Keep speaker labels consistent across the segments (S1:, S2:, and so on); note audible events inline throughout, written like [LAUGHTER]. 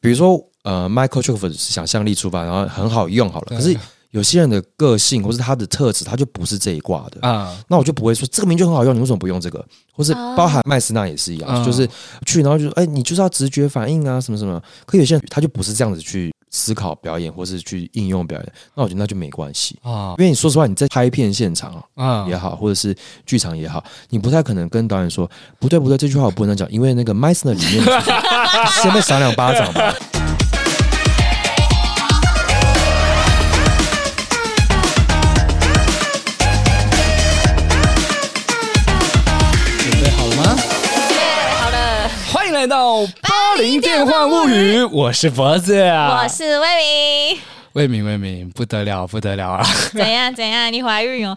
S1: 比如说呃，Michael c h u f 是想象力出发，然后很好用好了，可是
S2: 对
S1: 有些人的个性或是他的特质，他就不是这一挂的。
S2: 啊，
S1: 那我就不会说这个名就很好用，你为什么不用这个？或是
S3: 啊
S1: 包含麦斯纳也是一样，
S2: 嗯
S1: 就是去然后就说，哎、你就是要直觉反应啊，什么什么。可有些人他就不是这样子去思考表演，或是去应用表演，那我觉得那就没关系。
S2: 啊
S1: 因为你说实话，你在拍片现场啊
S2: 啊
S1: 也好，或者是剧场也好，你不太可能跟导演说不对不对，这句话我不能讲，因为那个麦斯纳里面 [LAUGHS] 先被赏两巴掌吧。
S2: 准备好了吗？
S3: 好了，
S2: 欢迎来到《八零电幻物语》，我是脖子啊，
S3: 我是魏明。
S2: 魏明，魏明，不得了，不得了啊！
S3: 怎样怎样？你怀孕哦？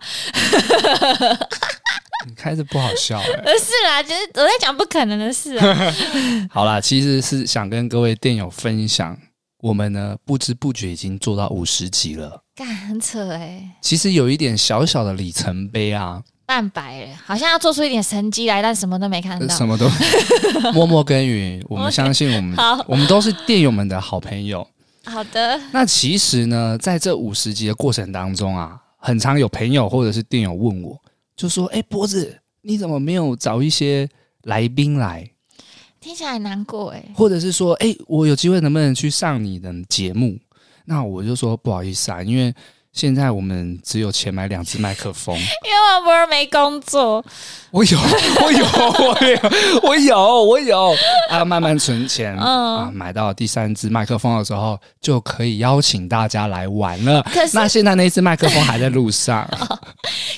S2: 你开始不好笑哎、
S3: 呃，是啦，就是我在讲不可能的事、啊。
S2: [LAUGHS] 好啦，其实是想跟各位电友分享，我们呢不知不觉已经做到五十集了，
S3: 干，很扯哎、
S2: 其实有一点小小的里程碑啊，
S3: 半白了，好像要做出一点神机来，但什么都没看
S2: 呃
S3: 到
S2: 什。么都
S3: [LAUGHS]
S2: 默默耕耘。我们
S3: OK，
S2: 相信我们
S3: 好，
S2: 我们都是电友们的好朋友。
S3: 好的，
S2: 那其实呢，在这五十集的过程当中啊，很常有朋友或者是电友问我，就说：“哎、波子，你怎么没有找一些来宾来？
S3: 听起来很难过哎、
S2: 或者是说，哎、我有机会能不能去上你的节目？”那我就说不好意思啊，因为现在我们只有钱买两只麦克风。
S3: 因为我不是没工作，
S2: [LAUGHS] 我有，我有，我有，我有，我有啊！慢慢存钱、
S3: 嗯
S2: 啊，买到第三支麦克风的时候，就可以邀请大家来玩了。
S3: 可是
S2: 那现在那支麦克风还在路
S3: [LAUGHS]
S2: 上，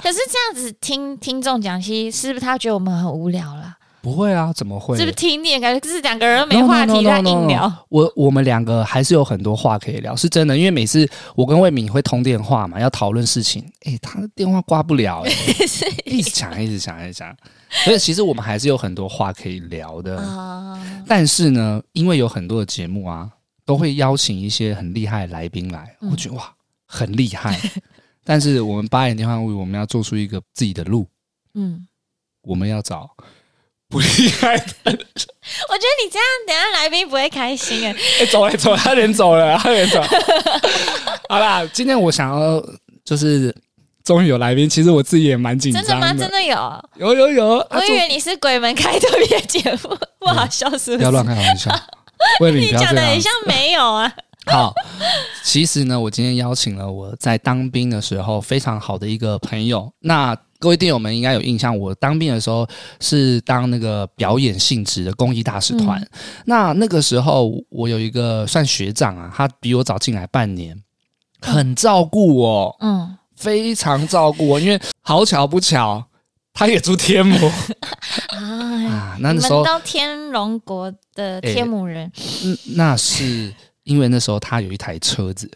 S3: 可是这样子听听众讲，其实是不是他觉得我们很无聊啦？
S2: 不会啊，怎么会？
S3: 是不是听你的感觉就是两个人没
S2: No, no,
S3: 话题
S2: no, no,
S3: 在硬
S2: no.
S3: 聊
S2: 我我们两个还是有很多话可以聊，是真的。因为每次我跟魏敏会通电话嘛，要讨论事情，诶，他的电话挂不了、
S3: [LAUGHS]
S2: 诶一直讲，一直讲，一直讲。所以其实我们还是有很多话可以聊的。
S3: 啊、
S2: 但是呢，因为有很多的节目啊，都会邀请一些很厉害的来宾来，
S3: 嗯
S2: 我觉得哇，很厉
S3: [LAUGHS]
S2: 害。但是我们八眼电话会，我们要做出一个自己的路，
S3: 嗯，
S2: 我们要找不厉害的。
S3: 我觉得你这样，等一下来宾不会开心哎、
S2: 哎、走了走了，他人走了，他人走了。好啦，今天我想要就是终于有来宾，其实我自己也蛮紧
S3: 真的
S2: 张
S3: 吗？真
S2: 的
S3: 的有？
S2: 有有有，啊
S3: 我以为你是鬼门开特别节目，不好笑是
S2: 终嗯
S3: 不
S2: 不要
S3: 是？
S2: 乱开玩笑，魏敏
S3: [LAUGHS] 你
S2: 不要
S3: 讲
S2: 这
S3: 的
S2: 样啊
S3: 很。像没有啊，
S2: 好，其实呢，我今天邀请了我在当兵的时候非常好的一个朋友。那各位电友们应该有印象，我当兵的时候是当那个表演性质的公益大使
S3: 嗯
S2: 团。那那个时候，我有一个算学长啊，他比我早进来半年，很照顾我，
S3: 嗯，
S2: 非常照顾我。因为好巧不巧，他也住天母
S3: 啊，
S2: 啊，那
S3: 你
S2: 那
S3: 们
S2: 时候哎
S3: 到天龙国的天母人，
S2: 嗯那是因为那时候他有一台车子，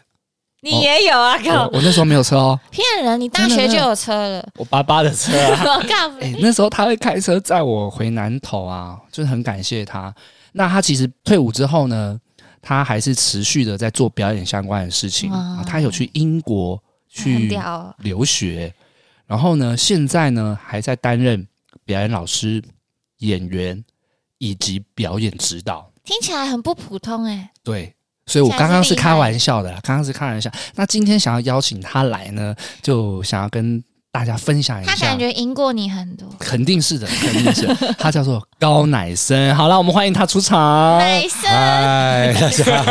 S3: 你也有啊？
S2: 我
S3: 靠，
S2: 我那时候没有车哦，
S3: 骗人！你大
S2: 真的
S3: 学就
S2: 真的
S3: 有车了，
S2: 我爸爸的车啊。
S3: 我告诉
S2: [LAUGHS] 哎、
S3: 你，
S2: 那时候他会开车载我回南投啊，就是很感谢他。那他其实退伍之后呢，他还是持续的在做表演相关的事情。
S3: 哇
S2: 啊他有去英国
S3: 很
S2: 去
S3: 屌哦
S2: 留学，然后呢，现在呢还在担任表演老师、演员以及表演指导。
S3: 听起来很不普通哎、
S2: 对。所以，我
S3: 现在
S2: 刚刚
S3: 是
S2: 是
S3: 厉
S2: 开
S3: 害
S2: 玩笑的啦，刚刚是开玩笑。那今天想要邀请他来呢，就想要跟大家分享一下。
S3: 他感觉赢过你很多。
S2: 肯定是的，肯定是的。他叫做高乃森。好了，我们欢迎他出场。
S3: 奶生，
S1: 嗨，大家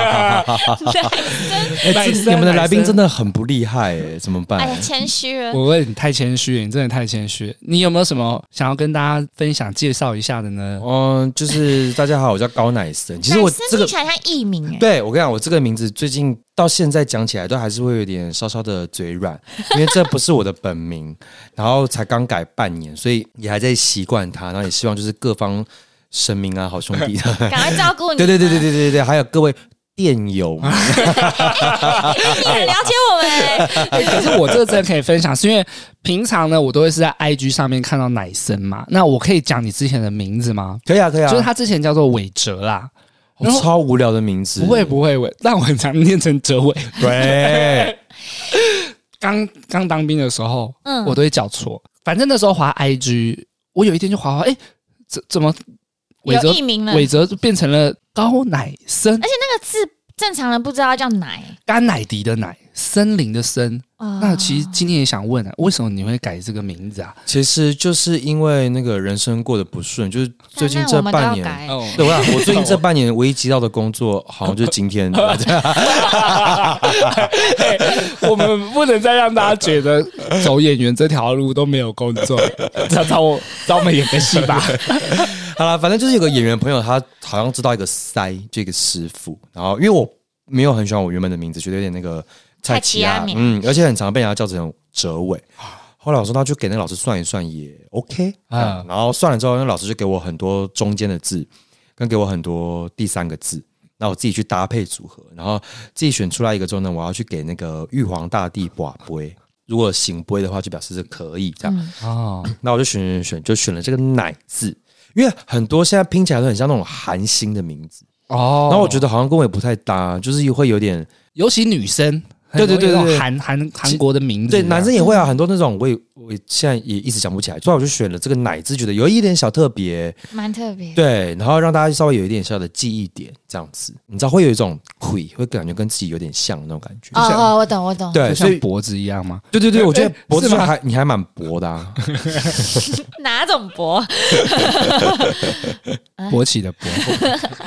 S1: 好。哎， [LAUGHS] 这你们的来宾真
S2: 的，
S1: 的很不厉害哎，怎么办？
S3: 哎呀，谦虚了。
S2: 我问你太谦虚了，你真的太谦虚了。你有没有什么想要跟大家分享、介绍一下的呢？
S1: 嗯，就是大家好，我叫高乃森。其实我
S3: 奶生
S1: 这个
S3: 听起来像艺名哎、
S1: 对我跟你讲，我这个名字最近到现在讲起来都还是会有点稍稍的嘴软， [LAUGHS] 因为这不是我的本名，然后才刚改半年，所以也还在习惯它。然后也希望就是各方神明啊、好兄弟，对
S3: 赶快照顾你。
S1: 对对对对，对对对，还有各位电友，
S3: 哎你很了解我们、哎
S2: 哎可是我这个真的可以分享，是因为平常呢，我都会是在 IG 上面看到乃森嘛。那我可以讲你之前的名字吗？
S1: 可以啊可以啊，
S2: 就是他之前叫做韦哲啦，然后
S1: 超无聊的名字，
S2: 不会不会韦，但我 [LAUGHS] 很常念成哲伟。
S1: 对，
S2: 刚刚当兵的时候，
S3: 嗯
S2: 我都会叫错。反正那时候滑 IG，我有一天就滑滑，哎、怎怎么伟
S3: 有
S2: 泽
S3: 艺名了，
S2: 伟
S3: 那
S2: 泽就变成了高乃森，
S3: 个字正常人不知道叫奶
S2: 甘乃迪的乃，森林的森。
S3: 啊。
S2: 那其实今天也想问啊，为什么你会改这个名字啊？
S1: 其实就是因为那个人生过得不顺，就是最近这半年，
S3: 年
S2: 哦，
S1: 对，我想我最近 [LAUGHS]
S2: [LAUGHS]
S1: 这半年唯一接到的工作，好像就是今天的。
S2: 哎我们不能再让大家觉得走演员这条路都没有工
S1: [LAUGHS]
S2: 作，找找我找我们演个戏吧。
S1: 好了，反正就是有个演员朋友，他好像知道一个塞这个师傅，然后因为我没有很喜欢我原本的名字，觉得有点那个
S3: 蔡
S1: 奇
S3: 奇亚
S1: 亚，
S3: 米
S1: 嗯，而且很常被人家叫成哲伟。后来我说，那就给那个老师算一算也 OK
S2: 啊
S1: 啊、然后算了之后，那老师就给我很多中间的字，跟给我很多第三个字。那我自己去搭配组合，然后自己选出来一个之后呢，我要去给那个玉皇大帝卜杯。如果行杯的话，就表示是可以这样。
S2: [LAUGHS] 哦，
S1: 那我就选选选，就选了这个“奶”字，因为很多现在拼起来都很像那种韩星的名字，
S2: 哦
S1: 然后我觉得好像跟我也不太搭，就是会有点
S2: 尤其女生，
S1: 对对对对
S2: 很多那种
S1: 对
S2: 韩韩韩国的名字，
S1: 对男生也会啊，很多那种我也我也现在也一直想不起来，所以我就选了这个“奶”字，觉得有一点小特别，
S3: 蛮特别的。
S1: 对，然后让大家稍微有一点小的记忆点，这样子，你知道会有一种会会感觉跟自己有点像那种感觉，
S3: 哦哦，我懂我懂。
S1: 对，
S2: 就
S1: 所
S2: 像
S1: 以
S2: 脖子一样吗？
S1: 对对对，我觉得
S2: 哎
S1: 脖子
S2: 是吗
S1: 上还你还蛮薄的啊，
S3: 哪种博？哎
S2: 勃起的勃，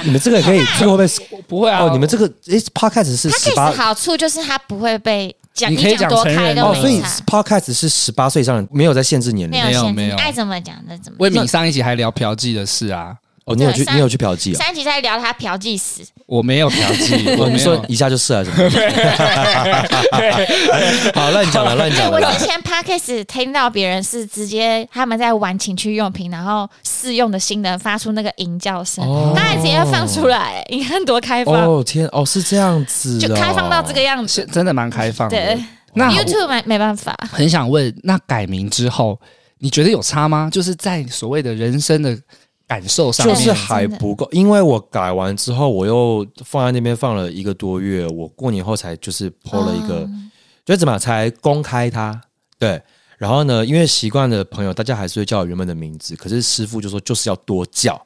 S1: 你们这个可以，这个会不
S2: 我 [LAUGHS] 不会
S1: 会
S2: 啊，
S1: 哦？你们这个诶 podcast 是
S3: 它
S1: 十
S3: case
S1: 八
S3: 的好处就是它不会被讲，
S2: 你可以讲
S3: 多
S2: 成
S3: 开
S2: 人
S3: 都
S1: 哦，所
S3: 没
S1: 以
S3: 差，
S1: podcast 是十八岁以上人，没有在限制年龄
S3: 没。有限
S2: 没
S3: 制，
S2: 有
S3: 你爱怎么讲的怎么
S2: 魏敏上一集还聊嫖妓的事啊，
S1: 哦，你有去
S3: 对
S1: 你有去嫖妓
S3: 讲。
S1: 啊？
S3: 上一集在聊他嫖妓史，
S2: 我没有嫖 [LAUGHS] 妓，我
S1: 我
S2: 没
S1: 们说
S2: 有。
S1: 一下就射啊什么
S3: [LAUGHS]
S1: 的？好，乱
S2: [LAUGHS]
S1: 讲了，乱
S3: 对
S1: 讲
S3: 哎我
S1: 了。
S3: 之前 podcast 听到别人是直接他们在玩情趣用品，然后试用的新人发出那个吟叫声，
S1: 哦
S3: 当然直接放出来，你看多开放，
S1: 哦天，哦是这样子哦，
S3: 就开放到这个样子
S2: 是。真的蛮开放的
S3: 对。
S2: 那我
S3: YouTube 没没办法，
S2: 很想问，那改名之后，你觉得有差吗？就是在所谓的人生的感受上
S1: 就
S2: 面，
S1: 是还不够，因为我改完之后，我又放在那边放了一个多月，我过年后才就是剖了一个，
S3: 哦
S1: 就怎么样才公开它。对，然后呢，因为习惯的朋友，大家还是会叫我原本的名字，可是师傅就说就是要多叫，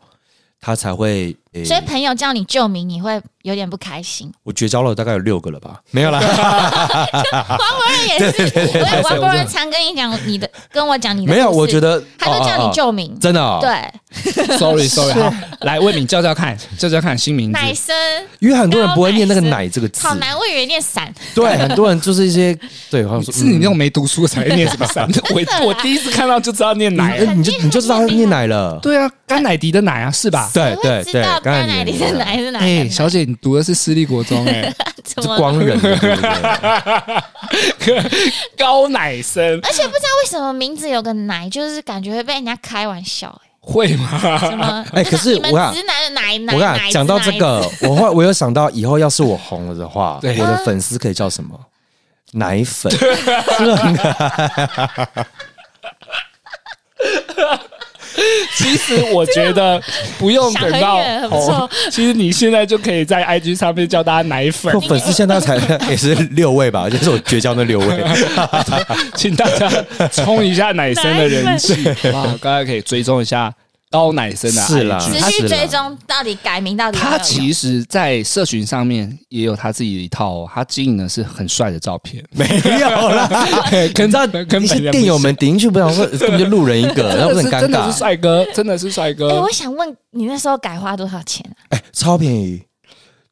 S1: 他才会。诶
S3: 所以朋友叫你救名，你会有点不开心。
S1: 我绝交了大概有六个了
S3: [LAUGHS]
S1: 吧？没有啦，啊
S3: 王伯仁也是，我也王伯仁常跟你讲你的，跟我讲你的故事，
S1: 没有，我觉得
S3: 他都叫
S1: 哦哦
S3: 你
S1: 哦
S3: 救名，
S1: 真的、哦，，
S3: 对，
S2: [LAUGHS] sorry sorry，好，来魏敏叫叫看，叫叫看新名字。
S3: 奶生
S1: 因为很多人不会念那个“奶”这个字
S3: 好，难，我以为念伞，
S1: 对，很多人就是一些对，好像说
S2: [LAUGHS] 是你
S1: 嗯
S2: 那种没读书才会念 [LAUGHS] 什么山？我我第一次看到就知道念奶
S1: 嗯你，你就你就知道他念奶了，
S2: 对啊，甘乃迪的奶啊，是吧？
S1: 对
S3: 我
S1: 对
S3: 会知
S1: 哎对，
S3: 道
S1: 刚才
S3: 甘乃迪是哪是哪个
S2: 哎，
S3: 奶，
S2: 小姐，你读的是私立国中哎，
S3: 怎
S1: 是
S3: 么
S1: 光人的，对不对
S2: 高乃生
S3: 而且不知道为什么名字有个“奶”，就是感觉会被人家开玩笑、
S2: 会吗？
S3: 欸，什么？
S1: [LAUGHS] 哎可是
S3: 你们
S1: 我看
S3: 直男的奶 [LAUGHS] 奶，
S1: [LAUGHS] 我跟你
S3: 奶
S1: 讲，讲
S3: 子
S1: 到这，
S3: 奶
S1: 个，我后我有想到以后要是我红了的话，
S2: [LAUGHS] 对
S1: 我的粉丝可以叫什么？奶粉，是不是很可
S2: [LAUGHS] 其实我觉得不用
S3: 想
S2: 等
S3: 很
S2: 到
S3: 远很不错
S2: 红， [LAUGHS] 其实你现在就可以在 IG 上面叫大家奶粉
S1: 我，粉丝现在才 [LAUGHS] 也是六位吧，就是我绝交那
S2: [LAUGHS]
S1: 六位。
S2: 请大家冲一下奶生的人气， [LAUGHS] 好不好？大家可以追踪一下高奶生的 IG
S1: 是啦
S3: 持续追踪到底改名到底有没有
S2: 他
S3: 用
S2: 其实，在社群上面也有他自己的一套、哦，他经营的是很帅的照 [LAUGHS] 片，
S1: 没有
S2: [LAUGHS]
S1: 啦，
S2: 跟
S1: 你知道一
S2: 跟本
S1: 些
S2: 人
S1: 电友们顶进去，不想说根本就路人一个，
S2: [LAUGHS] 不
S1: 那不
S2: 像真
S1: 是
S2: 的是
S1: 很尴
S2: 真的是
S1: 尬？
S2: 帅哥，真的是帅
S3: 哎、
S2: 哥
S3: 我，想问你那时候改花多少钱啊？
S1: 哎，超便宜，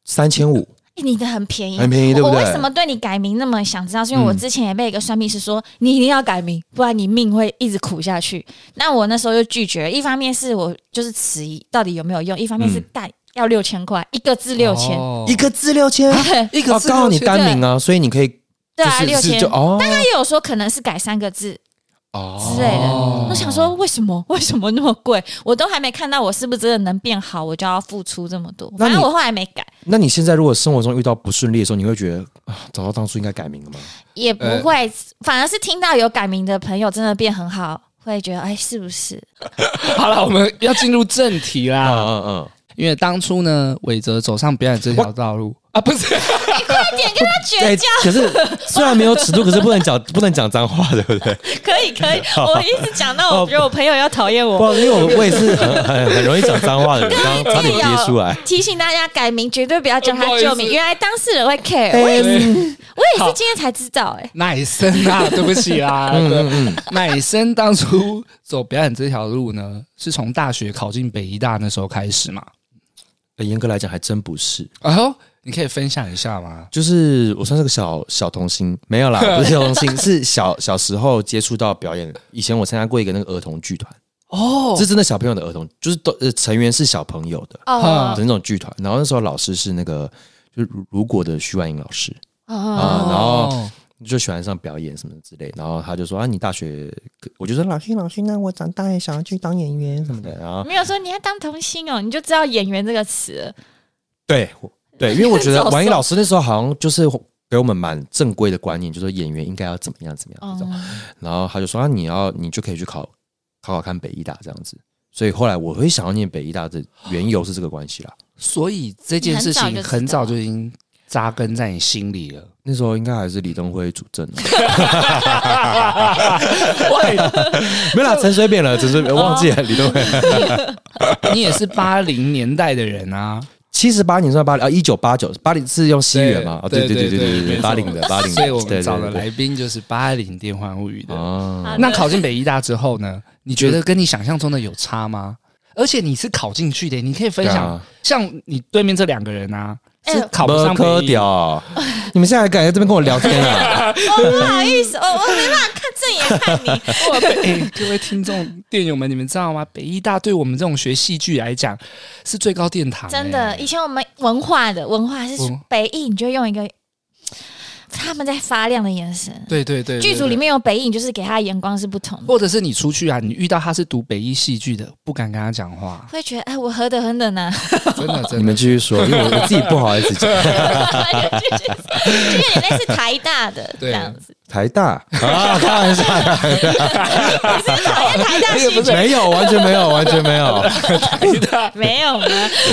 S1: 三千五。
S3: 哎你的很便宜，
S1: 很便宜对不对嗯
S3: 我为什么对你改名那么想知道？是因为我之前也被一个算命师说，你一定要改名，不然你命会一直苦下去。那我那时候就拒绝，一方面是我就是迟疑到底有没有用，一方面是
S1: 嗯
S3: 干、要六千块，一个字六千，
S2: 哦
S1: 一个字六千，
S2: 一
S1: 哦，刚好你单名啊，所以你可以就
S3: 对啊，
S1: 是
S3: 六
S1: 是
S3: 千
S1: 就。哦
S3: 他也有说可能是改三个字
S1: 哦
S3: 之类的。我想说，为什么为什么那么贵？我都还没看到我是不是真的能变好，我就要付出这么多。
S1: 那
S3: 反
S1: 你
S3: 正我后来没改，
S1: 那你现在如果生活中遇到不顺利的时候，你会觉得啊，早知道当初应该改名了吗？
S3: 也
S1: 呃
S3: 不会，反而是听到有改名的朋友真的变很好，会觉得哎，是不是？
S2: 好了，我们要进入正题啦。
S1: 嗯嗯，
S2: 因为当初呢，伟哲走上表演这条道路，啊，不 [LAUGHS] 是，
S1: 哎
S3: 绝交。
S1: 可是虽然没有尺度，可是不能讲 [LAUGHS] 不能讲脏话，对不对？
S3: 可以可以，
S1: [LAUGHS]
S3: 我一直讲到我觉得我朋友要讨厌我。
S1: 不，因为我我也是很很很容易讲脏话的人，刚刚差点憋出来。哦
S3: 提醒大家改名绝对不要叫
S2: 不好
S3: 他
S2: 意思
S3: 旧名，原来当事人会 care，、我也
S1: 嗯
S3: 我也
S2: 好
S3: 是今天才知道、哎，
S2: 奶生 [LAUGHS] 啊，对不起啦，对
S1: 嗯嗯，
S2: 奶生当初走表演这条路呢，是从大学考进北医大那时候开始嘛？
S1: 呃严格来讲还真不是，
S2: 哎呦，你可以分享一下吗？
S1: 就是我算是个小小童星，没有啦，不是小童星，是小小时候接触到表演。以前我参加过一个那个儿童剧团，
S2: 哦
S1: 是真的小朋友的儿童，就是都呃成员是小朋友的，
S3: 哦
S1: 的那种剧团。然后那时候老师是那个就是如如果的徐婉莹老师，
S2: 啊
S3: 哦，
S1: 啊然后就喜欢上表演什么之类，然后他就说啊，你大学可，我就说老师老师，那我长大也想要去当演员什么的，然后
S3: 没有说你要当童星哦，你就知道演员这个词了。
S1: 对我对，因为我觉得
S3: 早熟
S1: 婉莹老师那时候好像就是给我们蛮正规的观念，就是说演员应该要怎么样怎么
S3: 哦
S1: 样这种，然后他就说啊，你要你就可以去考考考看北医大这样子，所以后来我会想要念北医大的缘由是这个关系啦。
S2: 所以这件事
S3: 你
S2: 情
S3: 很
S2: 很早
S3: 早就
S2: 就已经扎根在你心里了。
S1: 那时候应该还是李登辉主政哦，
S2: [LAUGHS] 喂，
S1: [LAUGHS] 没有啦，陈水扁了，陈水扁忘记了
S2: [LAUGHS]
S1: 李登辉。
S2: [LAUGHS] 你也是八零年代的人啊，
S1: 七十八年算八零啊，一九八九八零是用西元嘛？啊，对
S2: 对
S1: 对对对
S2: 对
S1: 对
S2: 对
S1: 对，
S2: 没错
S1: 八零的八零的，
S2: 所以我
S1: 对
S2: 们找的
S1: 对对
S2: 来宾就是八零电幻物语
S1: 对
S2: 的。
S1: 啊，
S2: 那考进北医大之后呢？
S3: [LAUGHS]
S2: 你觉得跟你想象中的有差吗？而且你是考进去的，你可以分
S1: 对
S2: 享
S1: 啊，
S2: 像你对面这两个人啊，
S3: 哎
S2: 是考不上
S1: 科
S2: 北医。
S1: 屌，你们现在还敢在这边跟我聊天
S2: [LAUGHS]
S1: 啊？
S3: 我哦不好意思，我我没办法看正眼看你。
S2: 哇哎各位听众、电友们，你们知道吗？北医大对我们这种学戏剧来讲是最高殿堂、
S3: 真的，
S2: 哎
S3: 以前我们文化的文化是
S2: 文
S3: 北艺，你就用一个他们在发亮的眼神。
S2: 对对对对
S3: 剧组
S2: 对
S3: 里面有北艺，你就是给他的眼光是不同的，，
S2: 或者是你出去啊，你遇到他是读北医戏剧的，不敢跟他讲话
S1: [LAUGHS]
S3: 会觉得哎，我何德何能呢？
S2: 真的真
S1: 你们
S2: 的。
S1: 继续说，因为我我自己不好意思讲。
S3: 因为你那是台大的这
S2: 对
S3: 样子，
S1: 台大啊，开玩笑，
S3: 你是讨厌台大戏剧
S1: 没有，完全没有，完全没有。
S3: 没有吗？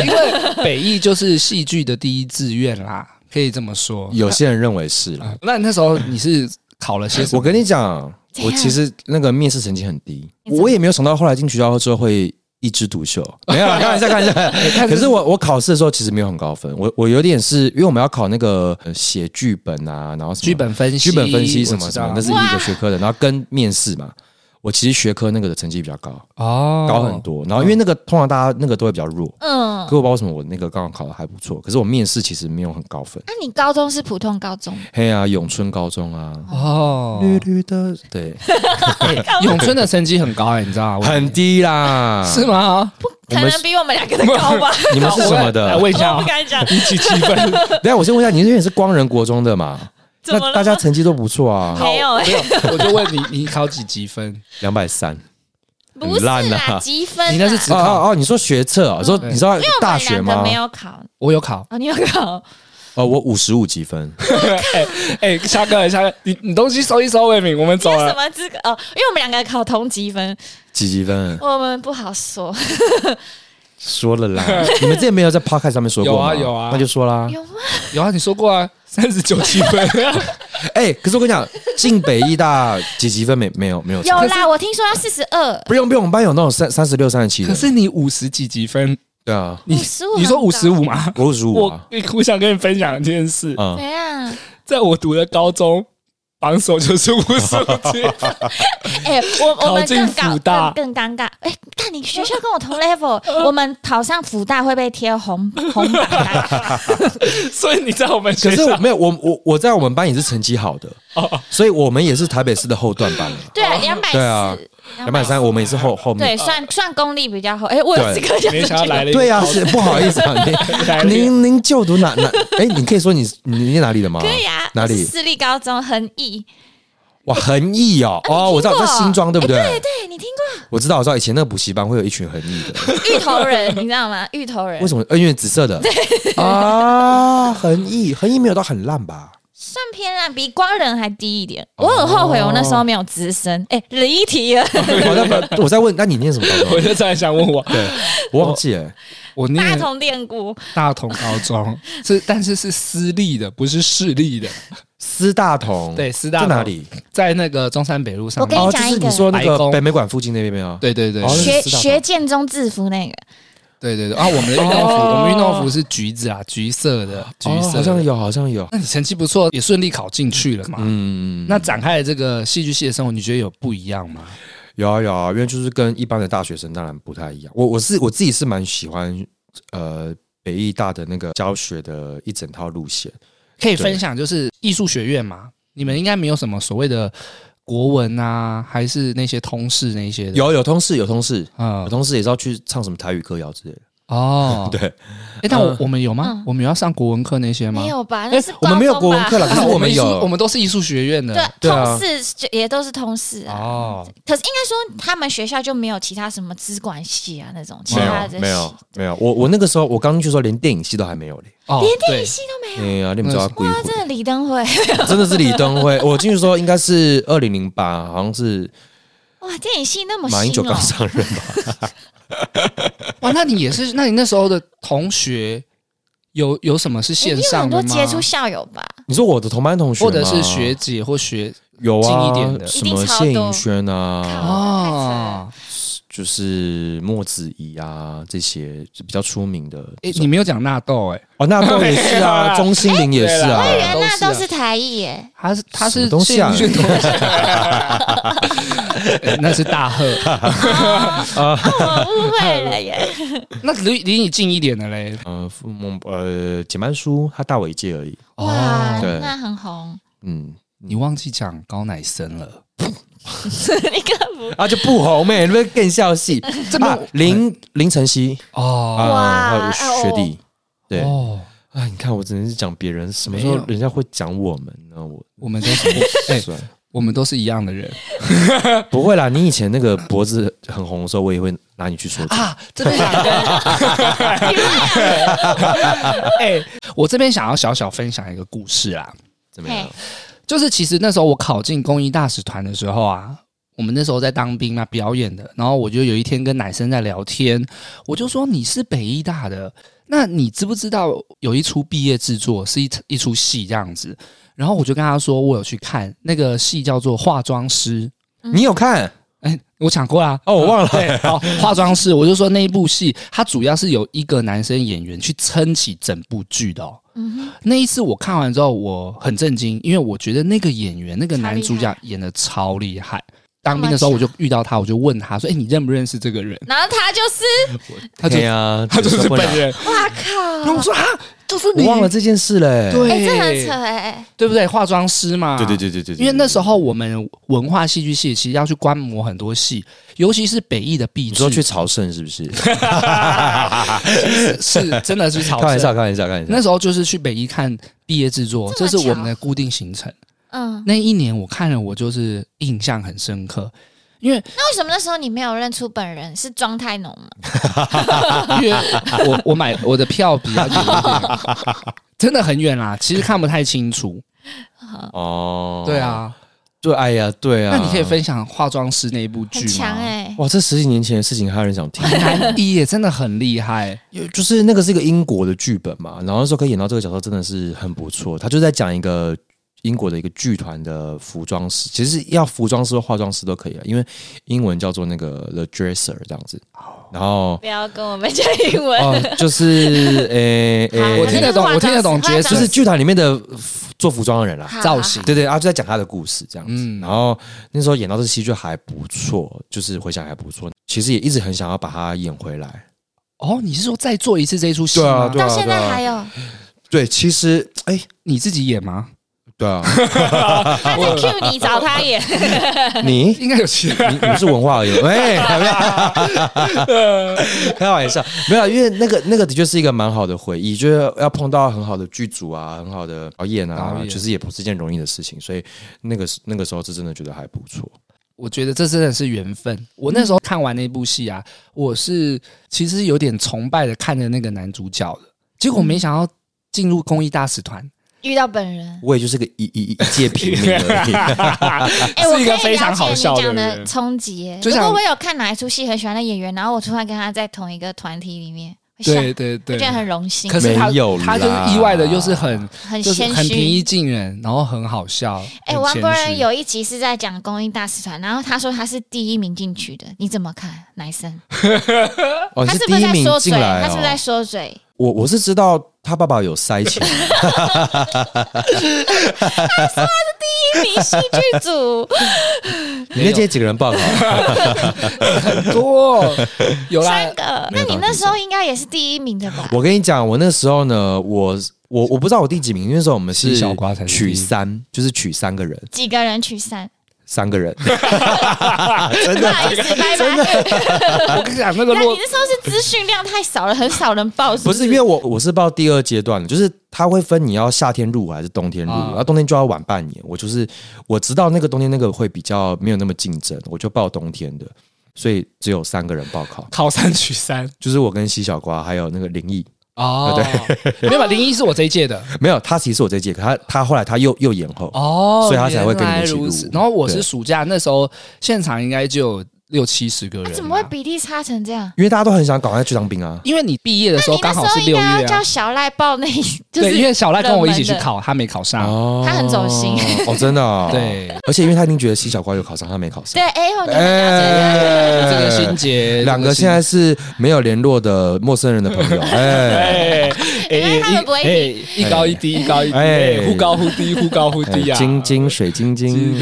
S2: 因为北艺就是戏剧的第一志愿啦，可以这么说。
S1: [LAUGHS]
S2: 啊
S1: 有些人认为是啦。
S2: 那那时候你是考了些什
S1: 我
S2: 么？
S1: 跟你讲，
S3: 怎
S1: 我
S3: 样
S1: 其实那个面试成绩很低，
S3: 你怎么啊
S1: 我也没有想到后来进学校之后会一枝独秀。
S2: [LAUGHS]
S1: 没有啦，开玩笑，开玩笑。
S2: 看
S1: 可是我我考试的时候其实没有很高分，我我有点是因为我们要考那个呃写剧本啊，然后什么
S2: 剧本分析，
S1: 剧本分析什么
S2: 我知
S1: 什
S2: 道
S1: 么，那是一个学科的，然后跟面试嘛。我其实学科那个的成绩比较高，
S2: 哦，
S1: 高很。多。然后因为那个通常大家那个都会比较弱，
S3: 嗯
S1: 可，我不知道为什么我那个刚好考的还不错，可是我面试其实没有很高分。
S3: 那你高中是普通高中吗？
S1: 嘿啊，永春高中啊，
S2: 哦，
S1: 绿绿的，对，
S2: 哎永春的成绩很高哎，你知道吗？
S1: 很低啦。
S2: [LAUGHS] 是吗？
S1: 我
S3: 可
S1: 们
S3: 能比我们两个的高吧，
S1: 你们是什么
S2: 好我来来
S1: 的？
S2: 问一下
S3: 我不
S2: 啊，
S3: 敢讲。
S2: 你几几
S3: [LAUGHS]
S2: 分？
S1: 等一下我先问一下，你因为你是光仁国中的嘛？
S3: 怎么
S1: 那
S3: 了
S1: 大家成绩都不错啊，
S3: 没有
S2: 没有，我就问你，你考几几分？
S1: 两百三。
S3: 不是
S1: 很烂
S3: 啦，
S1: 啊
S3: 积分啦。
S2: 你那是只
S1: 哦
S2: 考
S1: 哦哦，你说学测啊？你说
S2: 嗯
S1: 你知道大
S3: 我
S1: 学
S3: 们两个
S1: 吗
S3: 没？有考
S2: 我有考。
S3: 哦，你有考？
S1: 哦，我五十五积分。
S2: 哎，夏哥，夏哥，你你东西收一收，魏敏，我们
S3: 你
S2: 走
S3: 有什
S2: 了。
S3: 么资格？哦，因为我们两个考同积分，
S1: 几积分？
S3: [LAUGHS] 我们不好说。
S2: 啊
S1: 说了
S3: [LAUGHS]
S1: 啦，你们之前没有在 podcast 上面说过吗
S2: 有啊有啊
S1: 那就说啦。
S3: 有吗？
S2: 有啊，你说过啊，三十九积分。
S1: 哎、可是我跟你讲，进北艺大几积分没没有没有差
S3: 有啦，我听说要四十二，
S1: 不用不用，我们班有那种三三十六、三十七的
S2: [LAUGHS] 可。是你五十几积分，
S1: 对啊，
S2: 你
S3: 55
S2: 你说
S3: 很高
S2: 五十五吗？
S1: 我五十五
S2: 我
S1: 啊，
S2: 我想跟你分享一件事，
S3: 怎
S1: 嗯，
S3: 样？
S2: 在我读的高中，榜首就是五十五积分。
S3: 哎，我我们
S2: 考进
S3: 更高
S2: 辅大
S3: 更更尴尬。哎，看你学校跟我同
S2: [LAUGHS]
S3: level，我们考上福大会被贴红红白单。
S2: [LAUGHS] 所以你在我们
S1: 可
S2: 学
S1: 是我
S2: 校
S1: 没有我我我在我们班也是成绩好的，
S2: 啊哦，
S1: 所以我们也是台北市的后段班，
S3: 对啊，两百
S1: 对啊
S3: 四，
S1: 两百三，我们也是后后面
S3: 对，。算算功力比较好。哎，我有资格讲
S2: 啊没
S3: 这
S2: 想到
S3: 句
S2: 来了一个
S1: 对啊，
S2: 高
S1: 是不好意思
S2: [LAUGHS]
S1: 啊，
S2: 来了
S1: 您
S2: 一个
S1: 您您就读哪哪？哎、你可以说你你你哪里的吗？
S3: 可以啊，
S1: 哪
S3: 我是
S1: 里？
S3: 私立高中恒毅，
S1: 哇，恒毅哦，
S3: 啊
S1: 哦，
S3: 你
S1: 我知道
S3: 听
S1: 在
S3: 过哎
S1: 新庄，对不对？
S3: 对对，你听过
S1: 我知道，我知道，以前那个补习班会有一群恒毅的，
S3: 芋头人，你知道吗？芋头
S2: [LAUGHS]
S3: 人
S1: 为什么？呃因为紫色的啊，恒毅，恒毅没有到很烂吧？
S3: 算偏烂，比光人还低一点。
S1: 哦
S3: 我很后悔我那时候没有直升，哎、离题了。
S1: 我在我在问，那你念什么高
S2: 我
S1: 中？
S2: 就突然想问 [LAUGHS] 我，
S1: 对，我忘记了。
S2: 我
S3: 大
S2: 念
S3: 同电锅，
S2: 大同高中是，但是是私立的，不是市立的。
S1: 师大同
S2: [LAUGHS] 对，师大
S1: 在
S2: 同
S1: 哪？里？
S2: 在那个中山北路上
S3: 我
S2: 面。
S3: 跟
S1: 哦，
S3: 你
S1: 就
S3: 讲一
S1: 是
S3: 个
S1: 你说那
S2: 白
S1: 个
S2: 宫
S1: 北美馆附近那边没有？
S2: 对对对，
S1: 哦
S2: 是
S3: 学
S1: 是大同
S3: 学建中制服那个，
S2: 对对对。啊，我们的运动服，
S1: 哦
S2: 我们运动服是橘子啊，橘色的，橘
S1: 哦，
S2: 色的。
S1: 好像有，好像有。
S2: 那你成绩不错，也顺利考进去了嘛？
S1: 嗯，
S2: 那展开了这个戏剧系的生活，你觉得有不一样吗？
S1: 有啊有啊，因为就是跟一般的大学生当然不太一样。我我是我自己是蛮喜欢呃北艺大的那个教学的一整套路线。
S2: 可以分享，就是艺术学院嘛，你们应该没有什么所谓的国文啊，还是那些通识那些的。
S1: 有有通事有通事，
S2: 啊
S1: 有、通事也是要去唱什么台语歌谣之类的。
S2: 哦，
S1: [LAUGHS] 对
S2: 哎，但我
S1: 嗯
S2: 我们有吗
S3: 嗯？
S2: 我们有要上国文课那些吗？
S3: 没有吧？
S1: 哎
S3: 那是
S1: 我们没有国文课
S3: 了 [LAUGHS]
S1: 啦，可是 [LAUGHS] 我们
S2: 艺术我
S1: 有。
S2: 们都是艺术学院的。
S1: 对
S3: 对，
S1: 啊
S3: 通识也都是通识啊。
S2: 哦，
S3: 可是应该说，他们学校就没有其他什么资管系啊那种，其
S1: 没
S3: 他
S1: 有
S3: 的
S1: 没有没有，我我那个时候我刚进去的时候连电影系都还没有嘞。
S2: 哦，
S3: 连电
S2: 对
S3: 影系都没有。
S1: 哎呀，你们知道鬼
S3: 哇，真的李登辉， [LAUGHS]
S1: 真的是李登辉。我进去的时候应该是二零零八，好像是
S3: 哇，电影系那么
S1: 马英九
S3: 新哦
S1: 刚。上任吧。
S2: 哇，那你也是？那你那时候的同学有有什么是
S3: 你
S2: 线
S3: 有
S2: 上
S3: 很
S2: 的
S3: 多
S2: 吗？
S3: 接触校友吧？
S1: 你说我的同班同学吗，
S2: 或者是学姐或学
S1: 有
S2: 近
S1: 啊，
S2: 一点的
S1: 什
S3: 一定
S1: 么
S3: 超
S1: 谢
S3: 多
S1: 颖轩啊，
S2: 哦，
S1: 就是莫子仪啊这些就比较出名的。
S2: 哎、你没有讲纳豆哎、
S1: 哦，纳豆也是
S2: [LAUGHS] 没有啦
S1: 啊，钟欣凌也是啊
S2: 哎。对啦
S3: 原来
S2: 都
S3: 都
S2: 是啊
S3: 是台艺耶，
S2: 他是他
S1: 什
S2: 是
S1: 么东西啊
S2: 谢宇轩 [LAUGHS] 同学哎那是大贺。
S3: 我哦误会了耶。
S1: [LAUGHS]
S2: 那离离你近一点的嘞，
S1: 呃，傅孟呃，简曼书他大我一届而已。哦
S3: 哇，
S1: 对
S3: 那很红，
S1: 嗯，
S2: 你忘记讲高乃森了，
S3: 你个不
S1: 啊就不红妹，你们更笑戏。
S2: 这么
S1: 啊，林林晨曦
S2: 哦
S1: 啊，
S3: 哇
S1: 还有学
S2: 哎
S1: 弟。对，
S2: 哦，
S1: 哎，你看我只能是讲别人，什么时候
S2: 没有
S1: 人家会讲我们呢？我
S2: 我们都 [LAUGHS] 是哎、
S1: 算了
S2: 我们都是一样的人
S1: 不会啦，你以前那个脖子很红的时候，我也会拿你去说嘴。
S2: 啊。这边 [LAUGHS] 想跟，哎、我这边想要小小分享一个故事啊，
S1: 怎么样？
S2: 就是其实那时候我考进公益大使团的时候啊，我们那时候在当兵嘛，表演的。然后我就有一天跟奶生在聊天，我就说你是北医大的，那你知不知道有一出毕业制作是一一出戏这样子？然后我就跟他说我有去看那个戏叫做《化妆师》，
S1: 你有看？
S2: 哎，我讲过啦、
S1: 哦，我忘 [LAUGHS] 了。
S2: 对，好，化妆师，我就说那一部戏，它主要是由一个男生演员去撑起整部剧的、哦。
S3: 嗯
S2: 那一次我看完之后，我很震惊，因为我觉得那个演员，那个男主角演的超厉害。当兵的时候我就遇到他，我就问他说：“哎、你认不认识这个人
S3: 然后他就是，
S2: 他就
S1: 对 [LAUGHS] 呀，？”
S2: 他就是
S1: 不
S2: 本
S1: 了
S2: 人。
S3: [LAUGHS] 哇靠
S2: 然后我说：“啊，就是
S1: 我
S2: 你。”
S1: 啊忘了这件事嘞。
S2: 对，
S3: 哎、这很扯哎、
S2: 对不对？化妆师嘛，
S1: 对对对对对，
S2: 因为那时候我们文化戏剧系其实要去观摩很多戏，尤其是北艺的毕
S1: 嗯你
S2: 制
S1: 说，去 [LAUGHS] 朝圣是不是？
S2: 是是真的去
S1: [LAUGHS] 开
S2: 朝
S1: 玩
S2: 圣。
S1: 笑，开玩笑，开玩笑
S2: 那。时候就是去北医看毕业制作，
S3: 这
S2: 这
S3: 么
S2: 是
S3: 巧
S2: 我们的固定行程。
S3: 嗯，
S2: 那一年我看了，我就是印象很深刻，因为
S3: 那为什么那时候你没有认出本人？是妆太浓吗？
S2: 因为我我买我的票比较远一点，真的很远啦，其实看不太清楚。
S1: 哦，
S2: 对，啊，
S1: 对，哎呀，对啊。
S2: 那你可以分享化妆师那一部剧
S3: 很
S2: 吗？
S3: 强哎、
S1: 哇，这十几年前的事情还有人想
S2: [LAUGHS]
S1: 听，
S2: 男一也真的很厉害，
S1: 有就是那个是一个英国的剧本嘛，然后那时候可以演到这个角色真的是很不错。他就在讲一个英国的一个剧团的服装师，其实要服装师、或化妆师都可以了，啊因为英文叫做那个 the dresser 这样子。
S2: 哦
S1: 然后
S3: 不要跟我们讲英文。
S1: 哦，
S2: [LAUGHS]
S1: 就是诶
S3: 好
S1: 诶，
S2: 哎我听得懂
S3: 那
S2: 我听得懂
S3: 化妆师
S2: 角色
S1: 就是剧团里面的做服装的人啦。
S3: 好
S2: 造型
S1: 对对，啊，就在讲他的故事这样子。
S2: 嗯
S1: 然后那时候演到这戏就还不错，就是回想还不错。其实也一直很想要把它演回来。
S2: 哦，你是说再做一次这一出戏
S1: 对啊
S2: 吗？
S1: 对
S3: 到现在还
S2: [LAUGHS]
S3: 有，
S1: 对，其实哎，
S2: 你自己演吗？
S1: 对 [LAUGHS] 啊，
S3: 他在 Q 你找他演，
S1: 你
S2: 应该有其他
S1: 你你是文化 [LAUGHS] 而已，哎，开玩笑，没有，啊因为那个那个的确是一个蛮好的回忆，就是要碰到很好的剧组啊，很好的导演
S2: 导
S1: 啊，
S2: 演
S1: 其实也不是件容易的事情，所以那个时那个时候是真的觉得还不错。
S2: 我觉得这真的是缘分。 [LAUGHS] 我那时候看完那部戏啊，我是其实
S3: 嗯 [LAUGHS]
S2: 有点崇拜的看着那个男主角的，结果没想到进入公益大使团，
S3: [LAUGHS] 遇到
S2: [LAUGHS]
S3: 本人，
S1: 我也就是个一一一介平民而 [LAUGHS] 已。啊
S3: 哎、我可
S2: 是
S3: 以
S2: 一个非常好笑
S3: 了
S2: 的
S3: 解你
S2: 人
S3: 这样的冲击、耶
S2: 就
S3: 如
S2: 像
S3: 果我有看哪一出戏很喜欢的演员，然后我突然跟他在同一个团体里面，会吓
S2: 对对
S3: 我
S2: 对
S3: 觉，得很荣幸，
S2: 可是他
S1: 没有啦
S2: 他就是意外的，又是很
S3: 很
S2: 就是
S3: 谦
S2: 很平易
S3: 虚。
S2: 近人，然后很好笑。
S3: 哎、
S2: 很
S3: 王
S2: 谦
S3: 国仁
S2: 虚 [LAUGHS]
S3: 有一集是在讲公益大使团，然后他说他是第一名进去的，你怎么看，奶生？
S1: 哦，你
S3: 他
S1: 是
S3: 是
S1: 第
S3: 不是
S1: 一
S3: 在
S1: 名
S3: 说
S1: 进
S3: 嘴？
S1: 来
S3: 他是不是在
S1: 哦。
S3: 说嘴？
S1: 我我是知道他爸爸有塞
S3: [LAUGHS]
S1: 钱，
S3: 第一名戏剧
S1: [LAUGHS]
S3: 组，
S1: 你那届几个人报考？
S2: 很多有啦
S3: 三，个。
S1: 没
S3: 那
S1: 有
S3: 你
S1: 到
S3: 那
S1: 第一
S3: 时候应该也是第一名的吧？
S1: 我跟你讲，我那时候呢，我我我不知道我第几名，因为那时候我们是
S2: 西小瓜才是第
S1: 取
S2: 一
S1: 三，就是取三个人，
S3: 几个人取三？
S1: 三个人。
S3: 不好意思，拜拜。 [LAUGHS]
S2: 我跟你讲那个
S3: 那
S2: 落
S3: 你那时候是资讯量太少了，很少人报，
S1: 不
S3: 是
S1: 是因为我我是报第二阶段的，就是他会分你要夏天入伍还是冬天入伍，
S2: 啊
S1: 然后冬天就要晚半年。我就是我知道那个冬天那个会比较没有那么竞争，我就报冬天的，所以只有三个人报考，
S2: 考三取三
S1: 就是我跟西小瓜还有那个林毅，啊
S2: 哦，对，没有吧？零一是我这一届的
S1: 没有他其实是我这一届，可他他后来他又又延后，
S2: 哦
S1: [LAUGHS] 所以他才会跟你
S2: 原
S1: 们
S2: 来
S1: 一起
S2: 如
S1: 录
S2: 此然后我是
S1: 对
S2: 暑假那时候现场应该就有六七十个人啊，
S3: 怎么会比例差成这样？
S1: 因为大家都很想赶快去当兵啊。
S2: 因为你毕业的时
S3: 那
S2: 候
S3: 你那
S2: 刚
S3: 时
S2: 好
S3: 候
S2: 是
S3: 应
S2: 六月
S3: 该要叫
S2: 啊，
S3: 小赖报那一，就
S2: 对，因
S3: 是
S2: 为小赖跟我一起去
S3: 冷门的
S2: 考，他没考上，
S1: 哦
S3: 他很走心
S1: 哦，真的、
S3: [LAUGHS]
S1: 哦，
S2: 对，
S1: 而且因为他已经觉得西小瓜有考上，他没考上
S3: 对。。哎，我觉得
S1: 哎
S2: 这个心结，
S1: 两个
S2: 这心
S1: 现在是没有联络的陌生人的朋
S3: [LAUGHS]
S1: 友， [LAUGHS] 哎，
S2: 哎
S3: 因为他们不会
S2: 哎，一高一低，一高一低，
S1: 哎
S2: 哎，忽高忽低，忽高忽低啊！
S1: 金金水晶晶，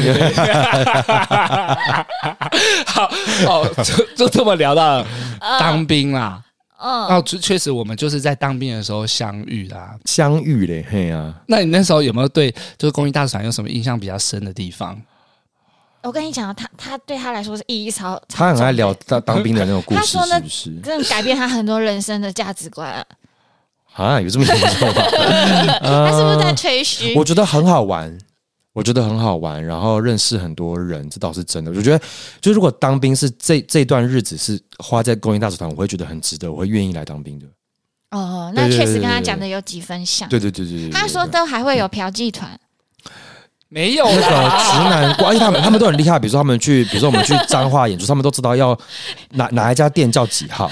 S2: 好哦，就就这么聊到
S1: 呃
S2: 当兵啦。
S1: 啊
S2: 哦
S3: 嗯，
S2: 那确确实，我们就是在当兵的时候相遇啦。
S1: [LAUGHS] 相遇嘞，嘿啊，
S2: 那你那时候有没有对就是公益大使团有什么印象比较深的地方？
S3: 我跟你讲，他他对他来说是意义超，超
S1: 他很爱聊
S3: 重
S1: 当当兵的那种故
S3: 他
S1: 事，
S3: 说呢
S1: 是不是
S3: 的，？真的改变他很多人生的价值观
S1: [LAUGHS]
S3: 啊。
S1: 啊，有这么严重
S3: [LAUGHS]
S1: 吗？
S3: 他是不是在吹嘘？
S1: 啊我觉得很好玩，我觉得很好玩，然后认识很多人，这倒是真的。我觉得，就如果当兵是这这段日子是花在公益大使团，我会觉得很值得，我会愿意来当兵的。
S3: 哦，那
S1: 对对
S3: 确实
S1: 对
S3: 跟他
S1: 对
S3: 讲的有几分像。
S1: 对对对对对对
S3: 他说
S1: 对
S3: 都还会有嫖妓团，
S2: 没有
S1: 那
S2: 啦，
S1: 个直男光，而且他们他们都很厉害。比如说他们去，比如说我们去彰化演出，他们都知道要哪哪一家店叫几号，